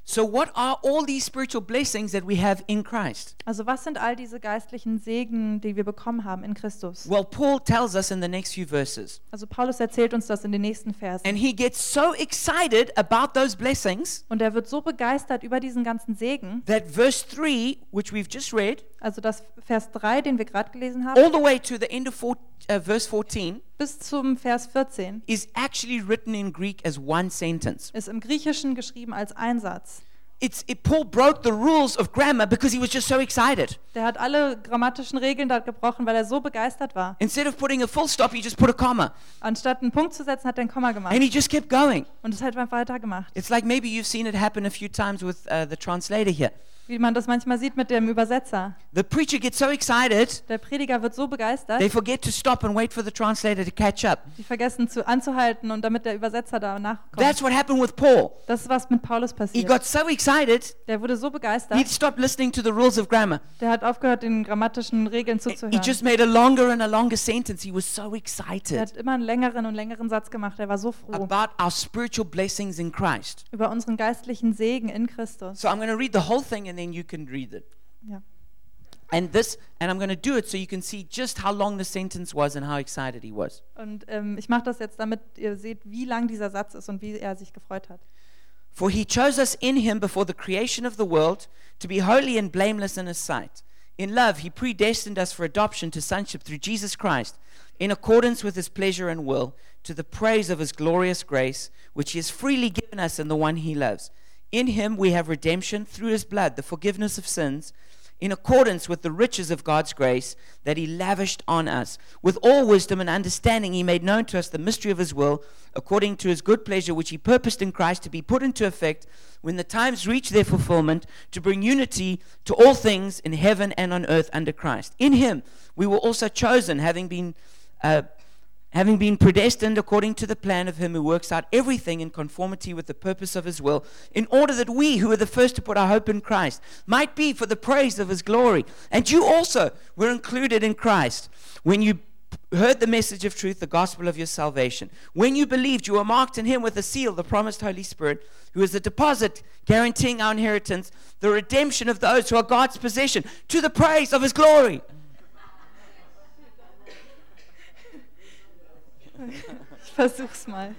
S1: So, what are all these spiritual blessings that we have in Christ?
S2: Also was sind all diese geistlichen Segen, die wir bekommen haben in Christus?
S1: Well, Paul tells us in the next few verses.
S2: Also Paulus erzählt uns das in den nächsten Versen.
S1: And he gets so excited about those blessings
S2: Und er wird so begeistert über diesen ganzen Segen,
S1: that verse 3, which we've just read,
S2: also das Vers 3, den wir gerade gelesen haben,
S1: all the way to the end of four, uh, verse 14,
S2: bis zum Vers 14,
S1: is actually written in Greek as one sentence.
S2: ist im Griechischen geschrieben als Einsatz.
S1: It's, it, Paul broke the rules of grammar because he was just so excited.
S2: Der hat alle grammatischen Regeln dort gebrochen, weil er so begeistert war.
S1: Instead of putting a full stop, he just put a comma
S2: Anstatt einen Punkt zu setzen, hat er ein Komma gemacht.
S1: and he just kept going.
S2: Und es hat einfach weitergemacht.
S1: It's like maybe you've seen it happen a few times with uh, the translator here.
S2: Wie man das manchmal sieht mit dem Übersetzer.
S1: The preacher gets so excited,
S2: Der Prediger wird so
S1: they
S2: begeistert,
S1: forget to stop and wait for the translator to catch up.
S2: die vergessen zu, anzuhalten und damit der Übersetzer da nachkommt.
S1: That's what happened with Paul.
S2: Das ist was mit Paulus
S1: He
S2: passiert.
S1: got so excited,
S2: Der wurde so
S1: he
S2: begeistert,
S1: stopped listening to the rules of grammar.
S2: der hat aufgehört, den grammatischen Regeln
S1: He
S2: zuzuhören.
S1: just made a longer and a longer sentence. He was so
S2: Er
S1: excited
S2: hat immer einen längeren und längeren Satz gemacht. Er war so froh
S1: about our spiritual blessings in Christ.
S2: über unseren geistlichen Segen in Christus.
S1: So I'm going to read the whole thing and then you can read it.
S2: Ja.
S1: And this, and I'm going to do it so you can see just how long the sentence was and how excited he was.
S2: Und ähm, ich mache das jetzt, damit ihr seht, wie lang dieser Satz ist und wie er sich gefreut hat.
S1: For he chose us in him before the creation of the world to be holy and blameless in his sight. In love, he predestined us for adoption to sonship through Jesus Christ, in accordance with his pleasure and will, to the praise of his glorious grace, which he has freely given us in the one he loves. In him we have redemption through his blood, the forgiveness of sins, in accordance with the riches of God's grace that he lavished on us. With all wisdom and understanding, he made known to us the mystery of his will, according to his good pleasure, which he purposed in Christ to be put into effect when the times reach their fulfillment, to bring unity to all things in heaven and on earth under Christ. In him we were also chosen, having been. Uh, having been predestined according to the plan of him who works out everything in conformity with the purpose of his will, in order that we, who were the first to put our hope in Christ, might be for the praise of his glory. And you also were included in Christ when you heard the message of truth, the gospel of your salvation. When you believed, you were marked in him with a seal, the promised Holy Spirit, who is the deposit guaranteeing our inheritance, the redemption of those who are God's possession, to the praise of his glory.
S2: Ich versuch's mal.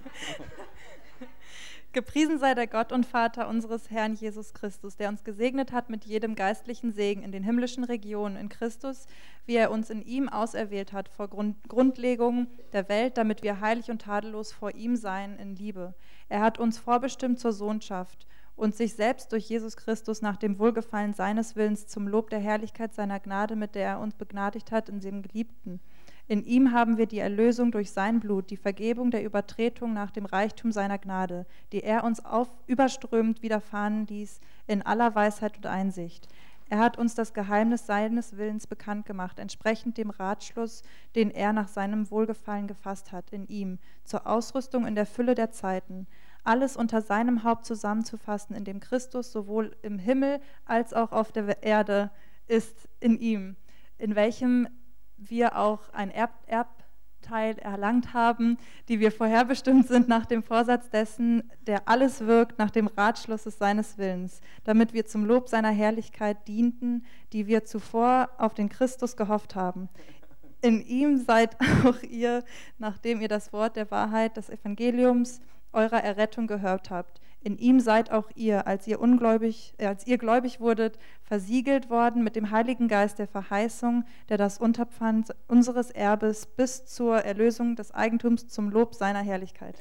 S2: Gepriesen sei der Gott und Vater unseres Herrn Jesus Christus, der uns gesegnet hat mit jedem geistlichen Segen in den himmlischen Regionen in Christus, wie er uns in ihm auserwählt hat vor Grund Grundlegung der Welt, damit wir heilig und tadellos vor ihm seien in Liebe. Er hat uns vorbestimmt zur Sohnschaft und sich selbst durch Jesus Christus nach dem Wohlgefallen seines Willens zum Lob der Herrlichkeit seiner Gnade, mit der er uns begnadigt hat in dem Geliebten. In ihm haben wir die Erlösung durch sein Blut, die Vergebung der Übertretung nach dem Reichtum seiner Gnade, die er uns auf überströmend widerfahren ließ in aller Weisheit und Einsicht. Er hat uns das Geheimnis seines Willens bekannt gemacht, entsprechend dem Ratschluss, den er nach seinem Wohlgefallen gefasst hat, in ihm, zur Ausrüstung in der Fülle der Zeiten, alles unter seinem Haupt zusammenzufassen, in dem Christus sowohl im Himmel als auch auf der Erde ist, in ihm, in welchem wir auch ein Erb Erbteil erlangt haben, die wir vorherbestimmt sind nach dem Vorsatz dessen, der alles wirkt, nach dem Ratschlusses seines Willens, damit wir zum Lob seiner Herrlichkeit dienten, die wir zuvor auf den Christus gehofft haben. In ihm seid (laughs) auch ihr, nachdem ihr das Wort der Wahrheit des Evangeliums eurer Errettung gehört habt. In ihm seid auch ihr, als ihr ungläubig, äh, als ihr gläubig wurdet, versiegelt worden mit dem Heiligen Geist der Verheißung, der das Unterpfand unseres Erbes bis zur Erlösung des Eigentums zum Lob seiner Herrlichkeit.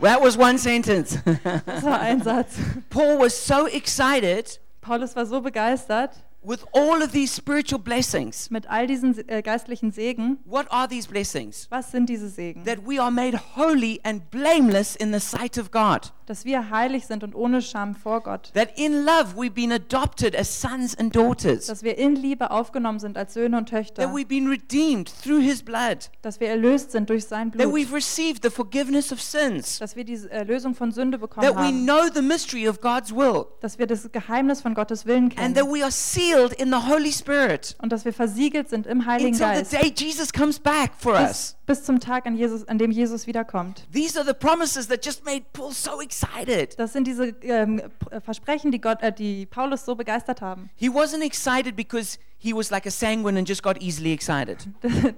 S1: That was one sentence. (laughs)
S2: Das war ein Satz.
S1: Paul was so excited
S2: Paulus war so begeistert
S1: with all of these spiritual blessings.
S2: mit all diesen äh, geistlichen Segen.
S1: What are these blessings?
S2: Was sind diese Segen?
S1: That we are made holy and blameless in the sight of God.
S2: Dass wir heilig sind und ohne Scham vor Gott.
S1: That in love we've been adopted as sons and daughters.
S2: Dass wir in Liebe aufgenommen sind als Söhne und
S1: That
S2: Töchter.
S1: we've been redeemed through his blood.
S2: Dass wir erlöst sind durch sein
S1: That we've
S2: Blut.
S1: received the forgiveness of sins.
S2: Dass wir die Erlösung von Sünde bekommen
S1: That we
S2: haben.
S1: know the mystery of God's will.
S2: dass wir das Geheimnis von Gottes Willen
S1: And that
S2: kennen
S1: we are sealed in the Holy Spirit
S2: und dass wir versiegelt sind im Heiligen
S1: until the
S2: Geist
S1: day Jesus comes back for us.
S2: bis, bis zum Tag, an, Jesus, an dem Jesus wiederkommt.
S1: These are the promises that just made Paul so excited.
S2: Das sind diese ähm, P- Versprechen, die, Gott, äh, die Paulus so begeistert haben. (laughs)
S1: He wasn't excited because he was like a sanguine and just got easily excited.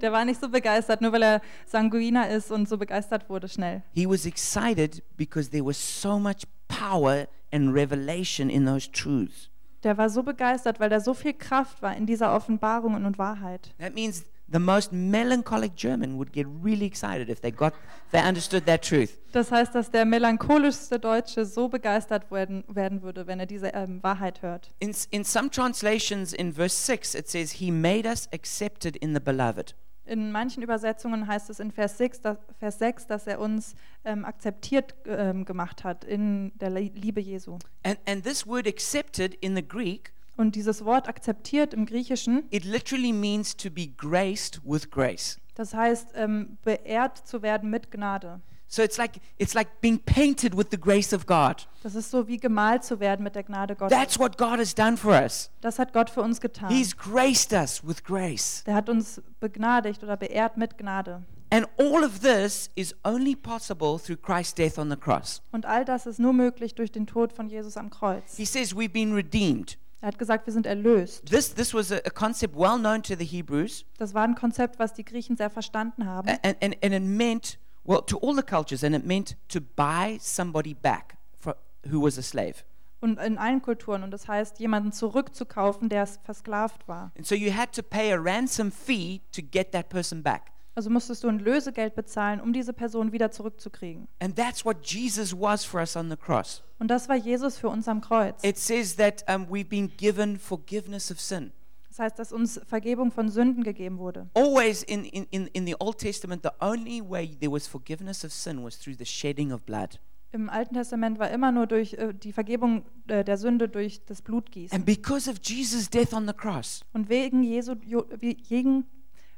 S2: Der war nicht so begeistert, nur weil er Sanguiner ist und so begeistert wurde schnell.
S1: He was excited because there was so much power and revelation in those truths.
S2: Der war so begeistert, weil da so viel Kraft war in dieser Offenbarung und Wahrheit.
S1: That means the most melancholic German would get really excited if they got if they understood that truth.
S2: Das heißt, dass der melancholischste Deutsche so begeistert werden, werden würde, wenn er diese ähm, Wahrheit hört.
S1: In, s- in some translations, in verse 6, it says, He made us accepted in the beloved.
S2: In manchen Übersetzungen heißt es in Vers 6, dass, Vers 6, dass er uns ähm, akzeptiert ähm, gemacht hat in der Lie- Liebe Jesu.
S1: And, and this word accepted in the Greek,
S2: Und dieses Wort akzeptiert im Griechischen,
S1: it literally means to be graced with grace.
S2: das heißt ähm, beehrt zu werden mit Gnade.
S1: So it's like it's like being painted with the grace of God.
S2: Das ist so wie gemalt zu werden mit der Gnade Gottes.
S1: That's what God has done for us.
S2: Das hat Gott für uns getan.
S1: He's graced us with grace.
S2: Der hat uns begnadigt oder beehrt mit Gnade.
S1: And all of this is only possible through Christ's death on the cross.
S2: Und all das ist nur möglich durch den Tod von Jesus am Kreuz.
S1: He says we've been redeemed.
S2: Er hat gesagt, wir sind erlöst.
S1: This this was a, a concept well known to the Hebrews
S2: Das war ein Konzept, was die Griechen sehr verstanden haben.
S1: a- and, and, and it meant well to all the cultures and it meant to buy somebody back for, who was a slave.
S2: Und in allen Kulturen. Und das heißt, jemanden zurückzukaufen, der es versklavt war.
S1: And so you had to pay a ransom fee to get that person back.
S2: Also musstest du ein Lösegeld bezahlen, um diese Person wieder zurückzukriegen.
S1: And that's what Jesus was for us on the cross.
S2: Und das war Jesus für uns am Kreuz.
S1: It says that um, we've been given forgiveness of sin.
S2: Das heißt, dass uns Vergebung von Sünden gegeben wurde.
S1: Always in, in, in, in the Old Testament, the only way there was forgiveness of sin was through the shedding of blood.
S2: Im Alten Testament war immer nur durch äh, die Vergebung äh, der Sünde durch das Blutgießen.
S1: Ähm. And because of Jesus' death on the cross,
S2: Und wegen Jesu, jo, wie- wegen,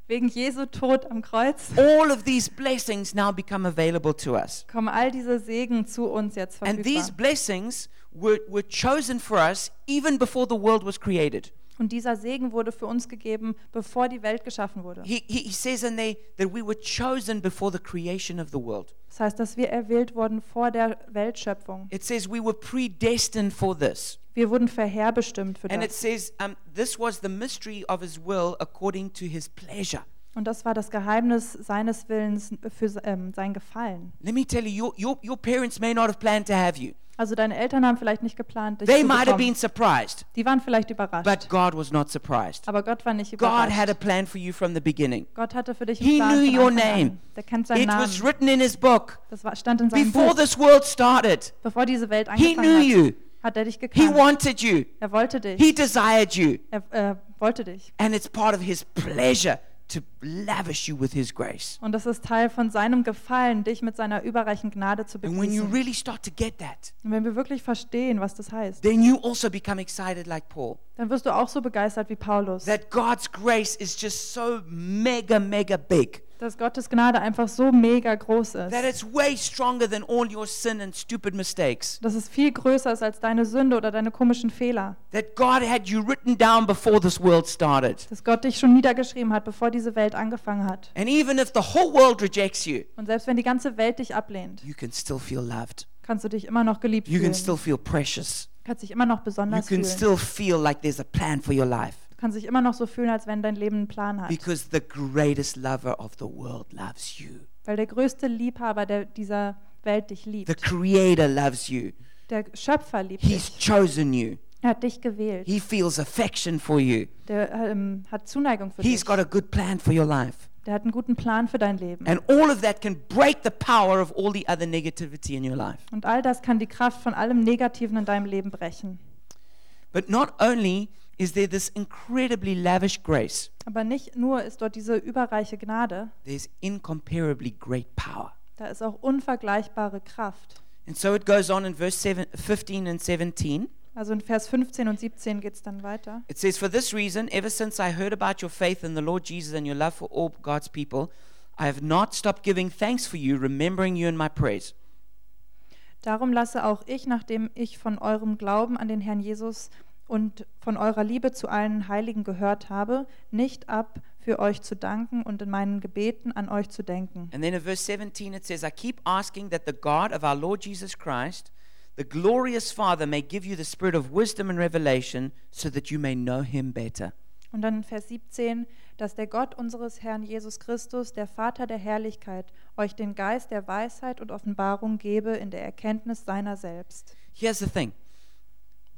S2: wegen Jesu Tod am Kreuz
S1: all of these blessings now become available to us.
S2: kommen all diese Segen zu uns jetzt
S1: And these
S2: verfügbar.
S1: blessings were, were chosen for us even before the world was created.
S2: Und dieser Segen wurde für uns gegeben, bevor die Welt geschaffen wurde.
S1: He, he, he says in there that we were chosen before the creation of the world.
S2: Das heißt, dass wir erwählt wurden vor der Weltschöpfung.
S1: It says we were predestined for this.
S2: Wir wurden vorherbestimmt für
S1: And it
S2: das.
S1: says um, this was the mystery of his will according to his pleasure.
S2: Und das war das Geheimnis seines Willens für se- ähm, sein Gefallen.
S1: Let me tell you, your, your, your parents may not have planned to have you.
S2: Also deine Eltern haben vielleicht nicht geplant, dich
S1: They
S2: zu
S1: might have been
S2: bekommen.
S1: surprised,
S2: Die waren vielleicht überrascht.
S1: but God was not surprised.
S2: aber Gott war nicht
S1: God
S2: überrascht.
S1: had a plan for you from the beginning.
S2: Gott hatte für dich
S1: He
S2: einen Plan
S1: knew
S2: von
S1: your
S2: Anfang
S1: name.
S2: An. Der kennt seinen
S1: It
S2: Namen.
S1: was written in his book
S2: Das war, stand in seinem
S1: before
S2: Buch.
S1: this world started.
S2: Bevor diese Welt
S1: He knew
S2: angefangen hat,
S1: you.
S2: hat er dich
S1: He
S2: gekannt.
S1: wanted you.
S2: er wollte dich.
S1: He desired you.
S2: er äh, wollte dich.
S1: And it's part of his pleasure to lavish you with his grace.
S2: Und das ist Teil von seinem Gefallen, dich mit seiner überreichen Gnade zu
S1: And when you
S2: begießen.
S1: really start to get that,
S2: Und wenn wir wirklich verstehen, was das heißt,
S1: then you also become excited like Paul.
S2: dann wirst du auch so begeistert wie Paulus,
S1: That God's grace is just so mega, mega big.
S2: dass Gottes Gnade einfach so mega groß
S1: That
S2: ist,
S1: it's way stronger than all your sin and stupid mistakes.
S2: dass es viel größer ist als deine Sünde oder deine komischen Fehler,
S1: That God had you written down before this world started.
S2: dass Gott dich schon niedergeschrieben hat, bevor diese Welt angefangen hat.
S1: And even if the whole world rejects you,
S2: Und selbst wenn die ganze Welt dich ablehnt,
S1: you can still feel loved.
S2: kannst du dich immer noch geliebt
S1: You
S2: fühlen,
S1: can still feel precious.
S2: kannst dich immer noch
S1: You
S2: besonders
S1: can
S2: fühlen,
S1: still feel like there's a plan for your life
S2: kannst dich immer noch so fühlen, als wenn dein Leben einen Plan hat.
S1: because the greatest lover of the world loves you.
S2: Weil der größte Liebhaber der, dieser Welt dich
S1: The
S2: liebt.
S1: creator loves you.
S2: Der Schöpfer liebt
S1: He's
S2: dich.
S1: chosen you.
S2: Er hat dich gewählt.
S1: He feels affection for you.
S2: Der ähm, hat Zuneigung für
S1: He's
S2: dich.
S1: got a good plan for your life.
S2: Der hat einen guten Plan für dein Leben.
S1: And all of that can break the power of all the other negativity in your life.
S2: Und all das kann die Kraft von allem Negativen in deinem Leben brechen.
S1: But not only is there this incredibly lavish grace,
S2: Aber nicht nur ist dort diese überreiche Gnade,
S1: there's incomparably great power.
S2: da ist auch unvergleichbare Kraft.
S1: And so it goes on in verse seven, 15 and 17.
S2: Also in Vers 15 und 17 geht es dann weiter.
S1: It says, For this reason, ever since I heard about your faith in the Lord Jesus and your love for all God's people, I have not stopped giving thanks for you, remembering you in my prayers.
S2: Darum lasse auch ich, nachdem ich von eurem Glauben an den Herrn Jesus und von eurer Liebe zu allen Heiligen gehört habe, nicht ab, für euch zu danken und in meinen Gebeten an euch zu denken.
S1: And then in verse 17, it says, I keep asking that the God of our Lord Jesus Christ, the glorious Father, may give you the spirit of wisdom and revelation so that you may know him better.
S2: Und dann in Vers 17, dass der Gott unseres Herrn Jesus Christus, der Vater der Herrlichkeit, euch den Geist der Weisheit und Offenbarung gebe in der Erkenntnis seiner selbst.
S1: Here's the thing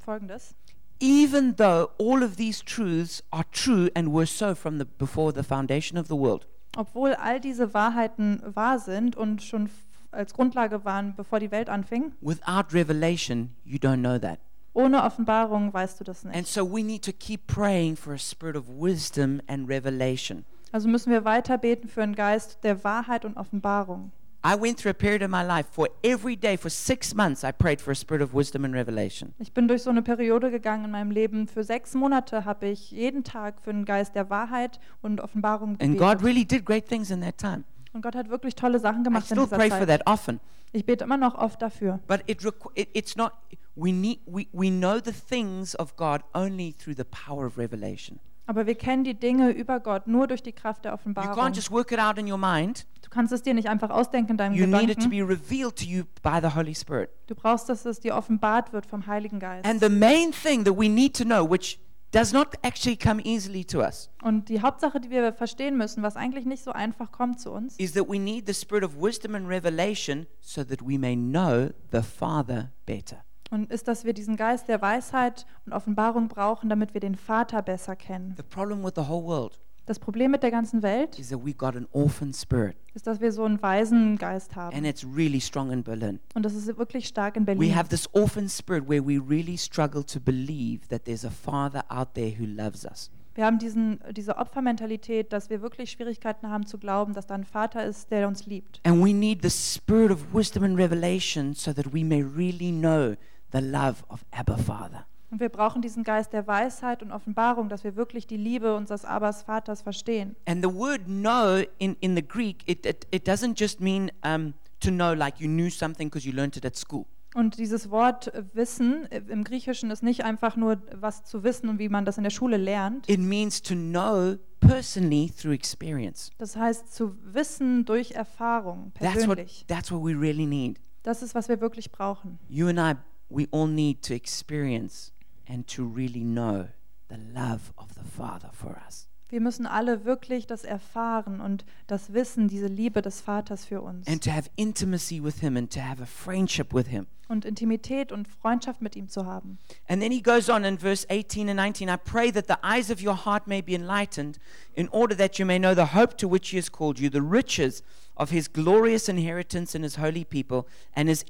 S2: Folgendes.
S1: even though all of these truths are true and were so from the before the foundation of the world
S2: Obwohl all diese Wahrheiten wahr sind und schon f- als Grundlage waren, bevor die Welt anfing,
S1: without revelation you don't know that
S2: ohne Offenbarung weißt du das
S1: and
S2: nicht.
S1: so we need to keep praying for a spirit of wisdom and revelation
S2: Also müssen wir weiter beten für einen Geist der Wahrheit und Offenbarung.
S1: i went through a period in my life for every day for six months i prayed for a spirit of wisdom and revelation
S2: Ich bin durch so eine Periode gegangen in meinem Leben. Für sechs Monate habe ich jeden Tag für einen Geist der Wahrheit und Offenbarung
S1: and
S2: gebetet.
S1: god really did great things in that time
S2: Und Gott hat wirklich tolle Sachen
S1: i
S2: gemacht in
S1: still
S2: dieser
S1: pray for
S2: Zeit.
S1: that often
S2: Ich bete immer noch oft dafür.
S1: but it, requ- it it's not we need we, we know the things of god only through the power of revelation
S2: Aber wir kennen die Dinge über Gott nur durch die Kraft der
S1: you
S2: Offenbarung.
S1: can't just work it out in your mind
S2: Du kannst es dir nicht einfach ausdenken in deinem
S1: You need it to be
S2: Gedanken.
S1: revealed to you by the Holy Spirit.
S2: Du brauchst, dass es dir offenbart wird vom Heiligen Geist.
S1: And the main thing that we need to know, which does not actually come easily to us,
S2: Und die Hauptsache, die wir verstehen müssen, was eigentlich nicht so einfach kommt zu uns,
S1: is that we need the spirit of wisdom and revelation so that we may know the Father better.
S2: und ist, dass wir diesen Geist der Weisheit und Offenbarung brauchen, damit wir den Vater besser kennen.
S1: The problem with the whole world
S2: Das Problem mit der ganzen Welt
S1: is that we got an orphan spirit,
S2: ist, dass wir so einen weisen Geist
S1: and
S2: haben.
S1: it's really strong in Berlin.
S2: Und das ist wirklich stark in
S1: We
S2: Berlin.
S1: have this orphan spirit where we really struggle to believe that there's a Father out there who loves us.
S2: Wir haben diesen, diese Opfermentalität, dass wir wirklich Schwierigkeiten haben zu glauben, dass da ein Vater ist, der uns liebt.
S1: And we need the spirit of wisdom and revelation so that we may really know the love of Abba Father.
S2: Und wir brauchen diesen Geist der Weisheit und Offenbarung, dass wir wirklich die Liebe unseres Abas Vaters verstehen.
S1: And the word know in, in the Greek, it, it, it doesn't just mean um, to know like you knew something because you learned it at school.
S2: Und dieses Wort äh, Wissen äh, im Griechischen ist nicht einfach nur was zu wissen und wie man das in der Schule lernt.
S1: It means to know personally through experience.
S2: Das heißt zu wissen durch Erfahrung
S1: That's what,
S2: persönlich.
S1: that's what we really need.
S2: Das ist, was wir wirklich brauchen.
S1: You and I, we all need to experience and to really know the love of the Father for us.
S2: Wir müssen alle wirklich das erfahren und das Wissen, diese Liebe des Vaters für uns.
S1: And to have intimacy with Him and to have a friendship with Him.
S2: und Intimität und Freundschaft mit ihm zu haben.
S1: And then he goes on in verse 18 and 19 I pray that the eyes of your heart may be enlightened, in order that you may know the hope to which he has called you, the riches of his glorious inheritance in his holy people, and his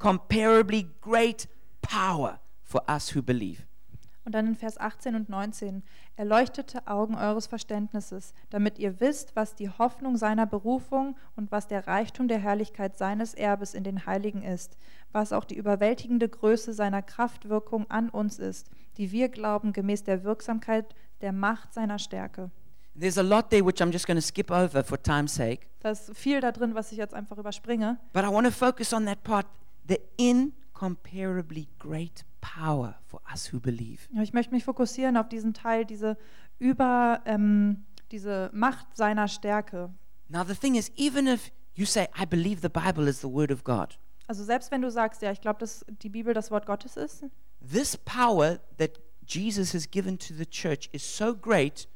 S1: incomparably great power for us who believe.
S2: Und dann in Vers 18 und 19. Erleuchtete Augen eures Verständnisses, damit ihr wisst, was die Hoffnung seiner Berufung und was der Reichtum der Herrlichkeit seines Erbes in den Heiligen ist, was auch die überwältigende Größe seiner Kraftwirkung an uns ist, die wir glauben gemäß der Wirksamkeit der Macht seiner Stärke.
S1: There's a lot there which I'm just going to skip over for time's sake,
S2: Da ist viel da drin, was ich jetzt einfach überspringe.
S1: but I want to focus on that part the incomparably great power for us who believe.
S2: Ja, Ich möchte mich fokussieren auf diesen Teil, diese über ähm, diese Macht seiner Stärke.
S1: Now, the thing is, even if you say, I believe the Bible is the Word of God,
S2: Also selbst wenn du sagst, ja, ich glaube, dass die Bibel das Wort Gottes ist,
S1: this power that Jesus has given to the church is so great,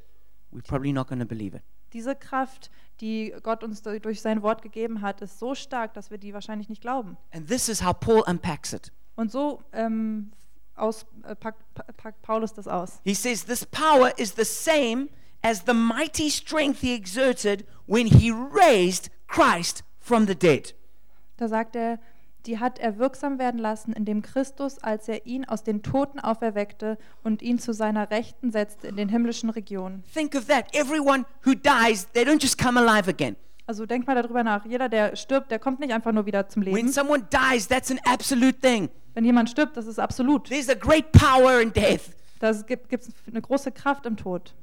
S1: we're probably not going to believe it.
S2: diese Kraft, die Gott uns du- durch sein Wort gegeben hat, ist so stark, dass wir die wahrscheinlich nicht glauben.
S1: And this is how Paul unpacks it.
S2: Und so ähm, aus, äh, packt, pa- packt Paulus das aus.
S1: He says, This power is the same as the mighty strength he exerted when he raised Christ from the dead.
S2: Da sagt er, die hat er wirksam werden lassen, indem Christus, als er ihn aus den Toten auferweckte und ihn zu seiner Rechten setzte in den himmlischen Regionen.
S1: Think of that. Everyone who dies, they don't just come alive again.
S2: Also denk mal darüber nach. Jeder, der stirbt, der kommt nicht einfach nur wieder zum
S1: When
S2: Leben.
S1: someone dies, that's an absolute thing.
S2: Wenn jemand stirbt, das ist absolut.
S1: There's a great power in death.
S2: Da gibt es eine große Kraft im Tod.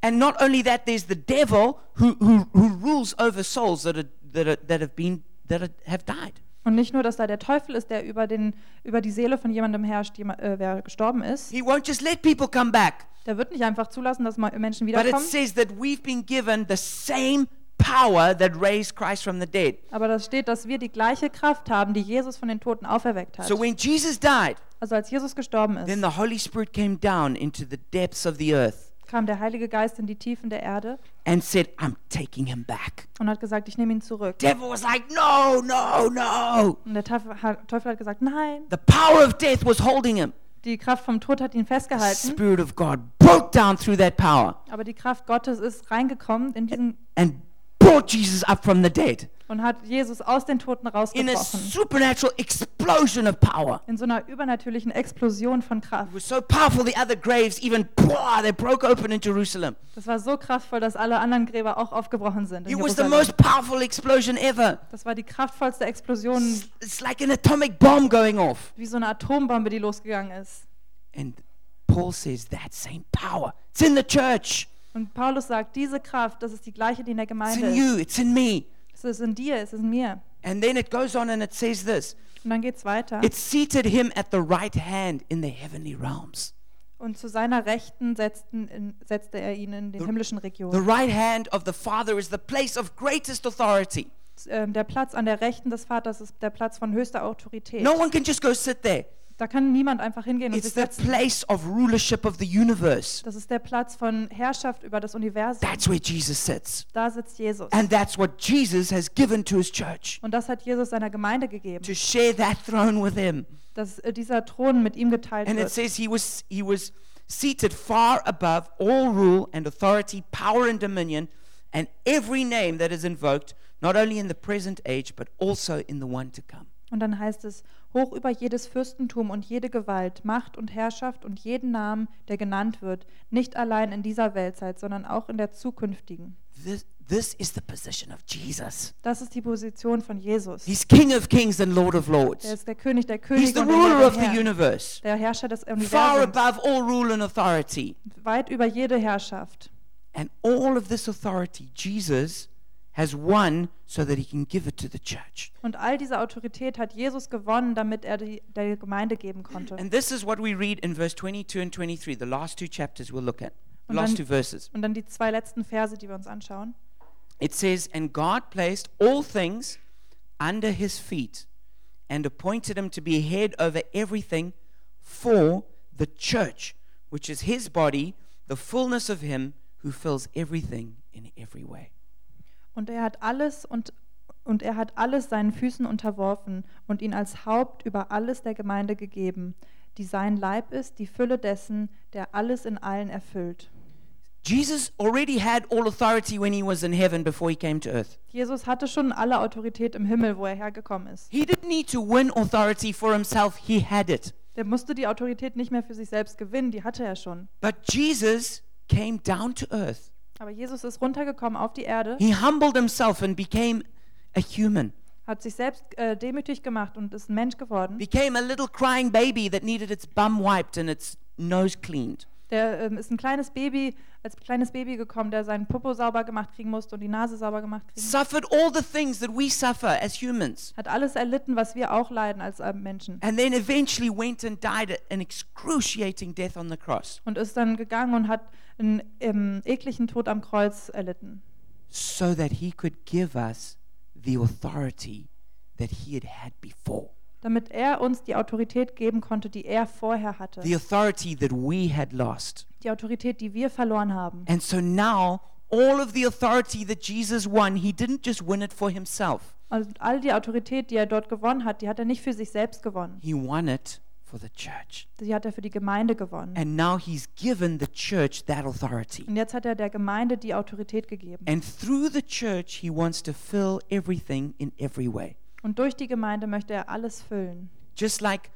S1: And not only that, there's the devil who, who, who rules over souls that, are, that, are, that have been that are, have died.
S2: Und nicht nur, dass da der Teufel ist, der über, den, über die Seele von jemandem herrscht, jema, äh, wer gestorben ist.
S1: He won't just let people come back.
S2: Der wird nicht einfach zulassen, dass ma- Menschen
S1: But it
S2: wiederkommen.
S1: says that we've been given the same power that raised Christ from the dead.
S2: Aber da steht, dass wir die gleiche Kraft haben, die Jesus von den Toten auferweckt hat.
S1: So when Jesus died,
S2: Also als Jesus gestorben
S1: then
S2: ist,
S1: the Holy Spirit came down into the depths of the earth
S2: kam der Heilige Geist in die Tiefen der Erde
S1: and said, I'm taking him back.
S2: und hat gesagt, ich nehme ihn zurück.
S1: Devil was like, No, no, no.
S2: Und der Teufel hat Teufel hat gesagt, nein,
S1: The power of death was holding him.
S2: die Kraft vom Tod hat ihn
S1: The
S2: festgehalten.
S1: Spirit of God broke down through that power
S2: Aber die Kraft Gottes ist reingekommen in diesen
S1: and brought Jesus up from the dead
S2: und hat Jesus aus den Toten
S1: in a
S2: rausgebrochen.
S1: supernatural explosion of power.
S2: In so einer übernatürlichen Explosion von
S1: It
S2: Kraft.
S1: was so powerful, the other graves even blah, they broke open in Jerusalem.
S2: Das war so kraftvoll, dass alle anderen Gräber auch aufgebrochen sind. In
S1: It was the
S2: Jerusalem.
S1: most powerful explosion ever.
S2: das war die kraftvollste Explosion,
S1: It's- It's like an atomic bomb going off.
S2: wie so eine Atombombe, die losgegangen ist.
S1: And Paul says that same power. It's in the church.
S2: Und Paulus sagt, diese Kraft, das ist die gleiche, die in der
S1: It's
S2: Gemeinde
S1: in
S2: ist.
S1: you. It's in me.
S2: Es ist in dir, es ist in mir.
S1: And then it goes on and it says this
S2: Und dann geht es weiter.
S1: It seated him at the right hand in the heavenly realms.
S2: Und zu seiner Rechten setzten, in, setzte er ihn in den himmlischen
S1: The
S2: Regionen.
S1: right hand of the Father is the place of greatest authority.
S2: Ähm, der Platz an der Rechten des Vaters ist der Platz von höchster Autorität.
S1: No one can just go sit there.
S2: Da kann niemand einfach hingehen und
S1: It's
S2: sich
S1: the
S2: setzen.
S1: place of rulership of the universe.
S2: Das ist der Platz von Herrschaft über das Universum.
S1: That's where Jesus sits.
S2: Da sitzt Jesus.
S1: And that's what Jesus has given to his church
S2: Und das hat Jesus seiner Gemeinde gegeben,
S1: to share that throne with him.
S2: dass äh, dieser Thron mit ihm geteilt
S1: And it
S2: wird.
S1: says he was he was seated far above all rule and authority, power and dominion, and every name that is invoked, not only in the present age but also in the one to come.
S2: Und dann heißt es, hoch über jedes Fürstentum und jede Gewalt, Macht und Herrschaft und jeden Namen, der genannt wird, nicht allein in dieser Weltzeit, sondern auch in der zukünftigen.
S1: This, This is the position of Jesus.
S2: Das ist die Position von Jesus.
S1: He's King of Kings and Lord of
S2: Er
S1: Lords.
S2: ist der König der
S1: He's
S2: Könige
S1: the
S2: und der Herr
S1: ruler
S2: der
S1: of the
S2: Herren.
S1: universe,
S2: der Herrscher des
S1: far
S2: Universums,
S1: above all rule and authority.
S2: weit über jede Herrschaft.
S1: And all of this authority, Jesus has won so that he can give it to the church.
S2: Und all diese Autorität hat Jesus gewonnen, damit er die, der Gemeinde geben konnte.
S1: And this is what we read in verse 22 and 23, the last two chapters we'll look at, the
S2: Und
S1: last two
S2: dann-
S1: verses.
S2: Und dann die zwei letzten Verse, die wir uns anschauen.
S1: It says, And God placed all things under his feet and appointed him to be head over everything for the church, which is his body, the fullness of him who fills everything in every way.
S2: Und er hat alles und und er hat alles seinen Füßen unterworfen und ihn als Haupt über alles der Gemeinde gegeben, die sein Leib ist, die Fülle dessen, der alles in allen erfüllt.
S1: Jesus already had all authority when he was in heaven before he came to earth.
S2: Jesus hatte schon alle Autorität im Himmel, wo er hergekommen ist.
S1: He didn't need to win authority for himself, he had it.
S2: Der musste die Autorität nicht mehr für sich selbst gewinnen, die hatte er schon.
S1: But Jesus came down to earth.
S2: Aber Jesus ist runtergekommen auf die Erde,
S1: He humbled himself and became a human,
S2: hat sich selbst äh, demütig gemacht und ist ein Mensch geworden.
S1: became a little crying baby that needed its bum wiped and its nose cleaned.
S2: Der ähm, ist ein kleines Baby, als kleines Baby gekommen, der seinen Popo sauber gemacht kriegen musste und die Nase sauber gemacht kriegen.
S1: Suffered all the things that we suffer as humans.
S2: Hat alles erlitten, was wir auch leiden als ähm, Menschen.
S1: And then eventually went and died an excruciating death on the cross
S2: Und ist dann gegangen und hat einen ähm, ekligen Tod am Kreuz erlitten,
S1: so that he could give us the authority that he had had before.
S2: damit er uns die Autorität geben konnte, die er vorher hatte.
S1: The authority that we had lost.
S2: Die Autorität, die wir verloren haben.
S1: And so now, all of the authority that Jesus won, he didn't just win it for himself,
S2: Und Also all die Autorität, die er dort gewonnen hat, die hat er nicht für sich selbst gewonnen.
S1: he won it for the church.
S2: Die hat er für die Gemeinde gewonnen.
S1: And now he's given the church that authority.
S2: Und jetzt hat er der Gemeinde die Autorität gegeben.
S1: And through the church, he wants to fill everything in every way.
S2: Und durch die Gemeinde möchte er alles füllen.
S1: Just like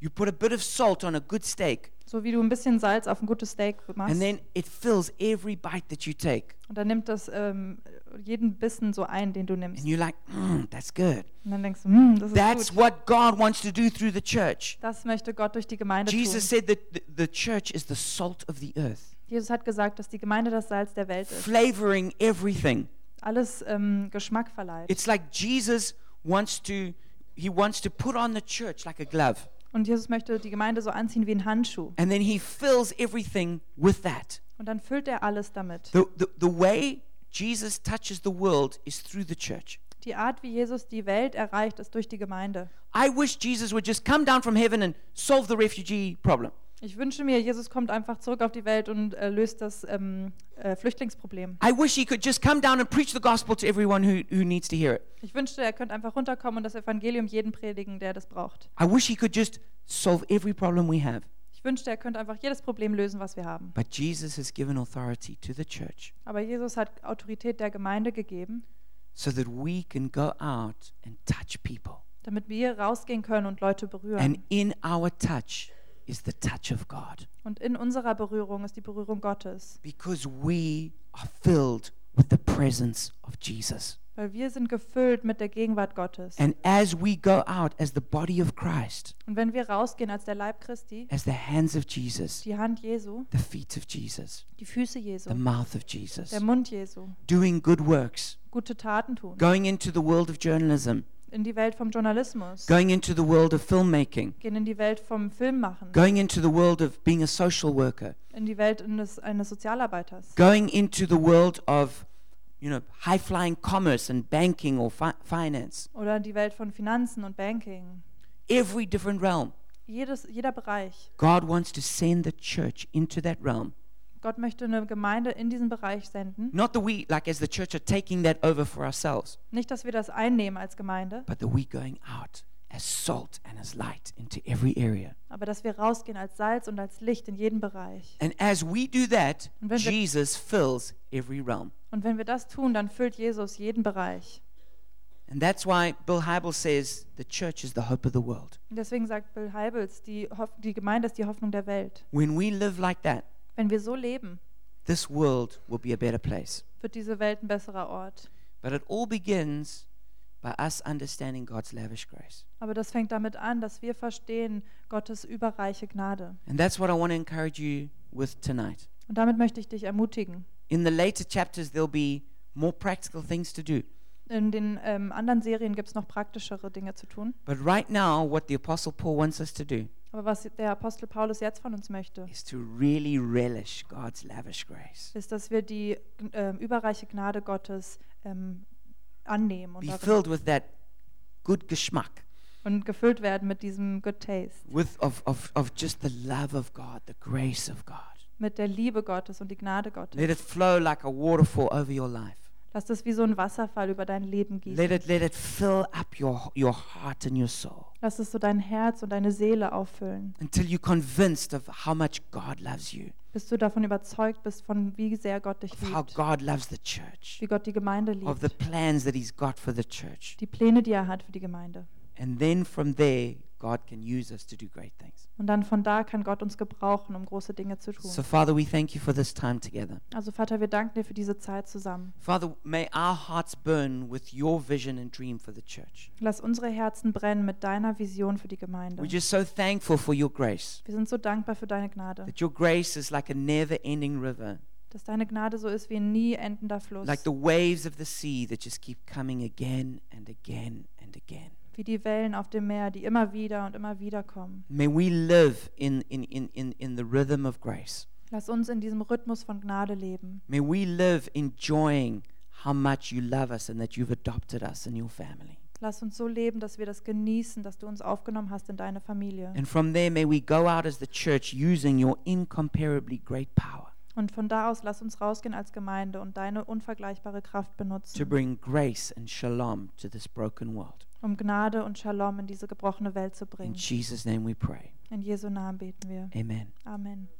S1: you put a bit of salt on a good steak,
S2: So wie du ein bisschen Salz auf ein gutes Steak machst.
S1: and then it fills every bite that you take.
S2: und dann nimmt das ähm, jeden Bissen so ein, den du
S1: And
S2: nimmst.
S1: you're like, mm, that's good.
S2: Und dann denkst du, hm, das ist
S1: That's
S2: gut.
S1: what God wants to do through the church.
S2: Das möchte Gott durch die Gemeinde
S1: Jesus
S2: tun.
S1: said that the, the church is the salt of the earth.
S2: Jesus hat gesagt, dass die Gemeinde das Salz der Welt ist.
S1: flavoring everything.
S2: Alles ähm, Geschmack verleiht.
S1: It's like Jesus wants to he wants to put on the church like a glove
S2: Und Jesus möchte die Gemeinde so anziehen wie ein Handschuh.
S1: and then he fills everything with that.
S2: Und dann füllt er alles damit.
S1: The the, the way Jesus touches the world is through the church.
S2: Die Art, wie Jesus die Welt erreicht, ist durch die Gemeinde.
S1: I wish Jesus would just come down from heaven and solve the refugee problem.
S2: Ich wünsche mir, Jesus kommt einfach zurück auf die Welt und äh, löst das ähm, äh, Flüchtlingsproblem.
S1: I wish he could just come down and preach the gospel to everyone who, who needs to hear it.
S2: Ich wünschte, er könnte einfach runterkommen und das Evangelium jedem predigen, der das braucht.
S1: I wish he could just solve every problem we have.
S2: Ich wünschte, er könnte einfach jedes Problem lösen, was wir haben.
S1: But Jesus has given authority to the church
S2: Aber Jesus hat Autorität der Gemeinde gegeben,
S1: so that we can go out and touch people.
S2: damit wir rausgehen können und Leute berühren.
S1: And in our touch is the touch of God
S2: Und in unserer Berührung ist die Berührung Gottes,
S1: because we are filled with the presence of Jesus.
S2: weil wir sind gefüllt mit der Gegenwart Gottes.
S1: And as we go out as the body of Christ,
S2: Und wenn wir rausgehen als der Leib Christi,
S1: as the hands of Jesus,
S2: die Hand Jesu,
S1: the feet of Jesus,
S2: die Füße
S1: the
S2: Jesu,
S1: mouth of Jesus,
S2: der Mund Jesu,
S1: doing good works,
S2: gute Taten tun,
S1: going into the world of journalism,
S2: in die Welt vom Journalismus,
S1: going into the world of filmmaking,
S2: gehen in die Welt vom Film machen,
S1: going into the world of being a social worker,
S2: in die Welt eines, eines Sozialarbeiters,
S1: going into the world of you know, high flying commerce and banking or fi- finance,
S2: oder in die Welt von Finanzen und Banking.
S1: every different realm.
S2: Jedes, jeder Bereich.
S1: God wants to send the church into that realm.
S2: Gott möchte eine Gemeinde in diesen Bereich senden.
S1: Not that we, like as the church, are taking that over for ourselves,
S2: Nicht, dass wir das einnehmen als Gemeinde,
S1: but that we going out as salt and as light into every area.
S2: aber dass wir rausgehen als Salz und als Licht in jedem Bereich.
S1: And as we do that,
S2: Und wenn wir-
S1: Jesus fills every realm.
S2: Und wenn wir das tun, dann füllt Jesus jeden Bereich.
S1: And that's why Bill Hybels says the church is the hope of the world.
S2: Und deswegen sagt Bill Heibels, die, Hoff die Gemeinde ist die Hoffnung der Welt.
S1: When we live like that,
S2: Wenn wir so leben,
S1: this world will be a better place.
S2: wird diese Welt ein besserer Ort.
S1: But it all begins by us understanding God's lavish grace.
S2: Aber das fängt damit an, dass wir verstehen Gottes überreiche Gnade.
S1: And that's what I want to encourage you with tonight.
S2: Und damit möchte ich dich ermutigen.
S1: In the later chapters, there'll be more practical things to do.
S2: In den ähm, anderen Serien gibt es noch praktischere Dinge zu tun.
S1: But right now, what the Apostle Paul wants us to do
S2: Aber was der Apostel Paulus jetzt von uns möchte,
S1: is to really relish God's lavish grace.
S2: ist, dass wir die ähm, überreiche Gnade Gottes ähm, annehmen und,
S1: Be
S2: darin-
S1: filled with that good geschmack,
S2: und gefüllt werden mit diesem Good Taste,
S1: with, of, of, of just the love of God, the grace of God.
S2: mit der Liebe Gottes und die Gnade Gottes.
S1: Let it flow like a waterfall over your life.
S2: Lass das wie so ein Wasserfall über dein Leben
S1: Let
S2: gießen.
S1: it, let it fill up your, your heart and your soul
S2: Lass es so dein Herz und deine Seele auffüllen,
S1: until you're convinced of how much God loves you,
S2: bis du davon überzeugt bist, von wie sehr Gott dich
S1: of how
S2: liebt,
S1: God loves the church,
S2: wie Gott die Gemeinde
S1: of the
S2: liebt,
S1: plans that He's got for the church.
S2: die Pläne, die er hat für die Gemeinde.
S1: And then from there, God can use us to do great things.
S2: Und dann von da kann Gott uns gebrauchen, um große Dinge zu tun.
S1: So, Father, we thank you for this time together.
S2: Also Vater, wir danken dir für diese Zeit zusammen.
S1: Father, may our hearts burn with your vision and dream for the church.
S2: Lass unsere Herzen brennen mit deiner Vision für die Gemeinde.
S1: We're just so thankful for your grace,
S2: Wir sind so dankbar für deine Gnade,
S1: that your grace is like a never ending river,
S2: dass deine Gnade so ist wie ein nie endender Fluss,
S1: like the waves of the sea that just keep coming again and again and again.
S2: wie die Wellen auf dem Meer, die immer wieder und immer wieder kommen.
S1: May we live in, in, in, in, in the rhythm of grace.
S2: Lass uns in diesem Rhythmus von Gnade leben.
S1: May we live enjoying how much you love us and that you've adopted us in your family.
S2: Lass uns so leben, dass wir das genießen, dass du uns aufgenommen hast in deine Familie.
S1: And from there, may we go out as the church using your incomparably great power
S2: Und von da aus lass uns rausgehen als Gemeinde und deine unvergleichbare Kraft
S1: to
S2: benutzen,
S1: bring grace and shalom to this broken world.
S2: um Gnade und Shalom in diese gebrochene Welt zu
S1: In
S2: bringen.
S1: Jesus' name we pray.
S2: In Jesu Namen beten wir.
S1: Amen.
S2: Amen.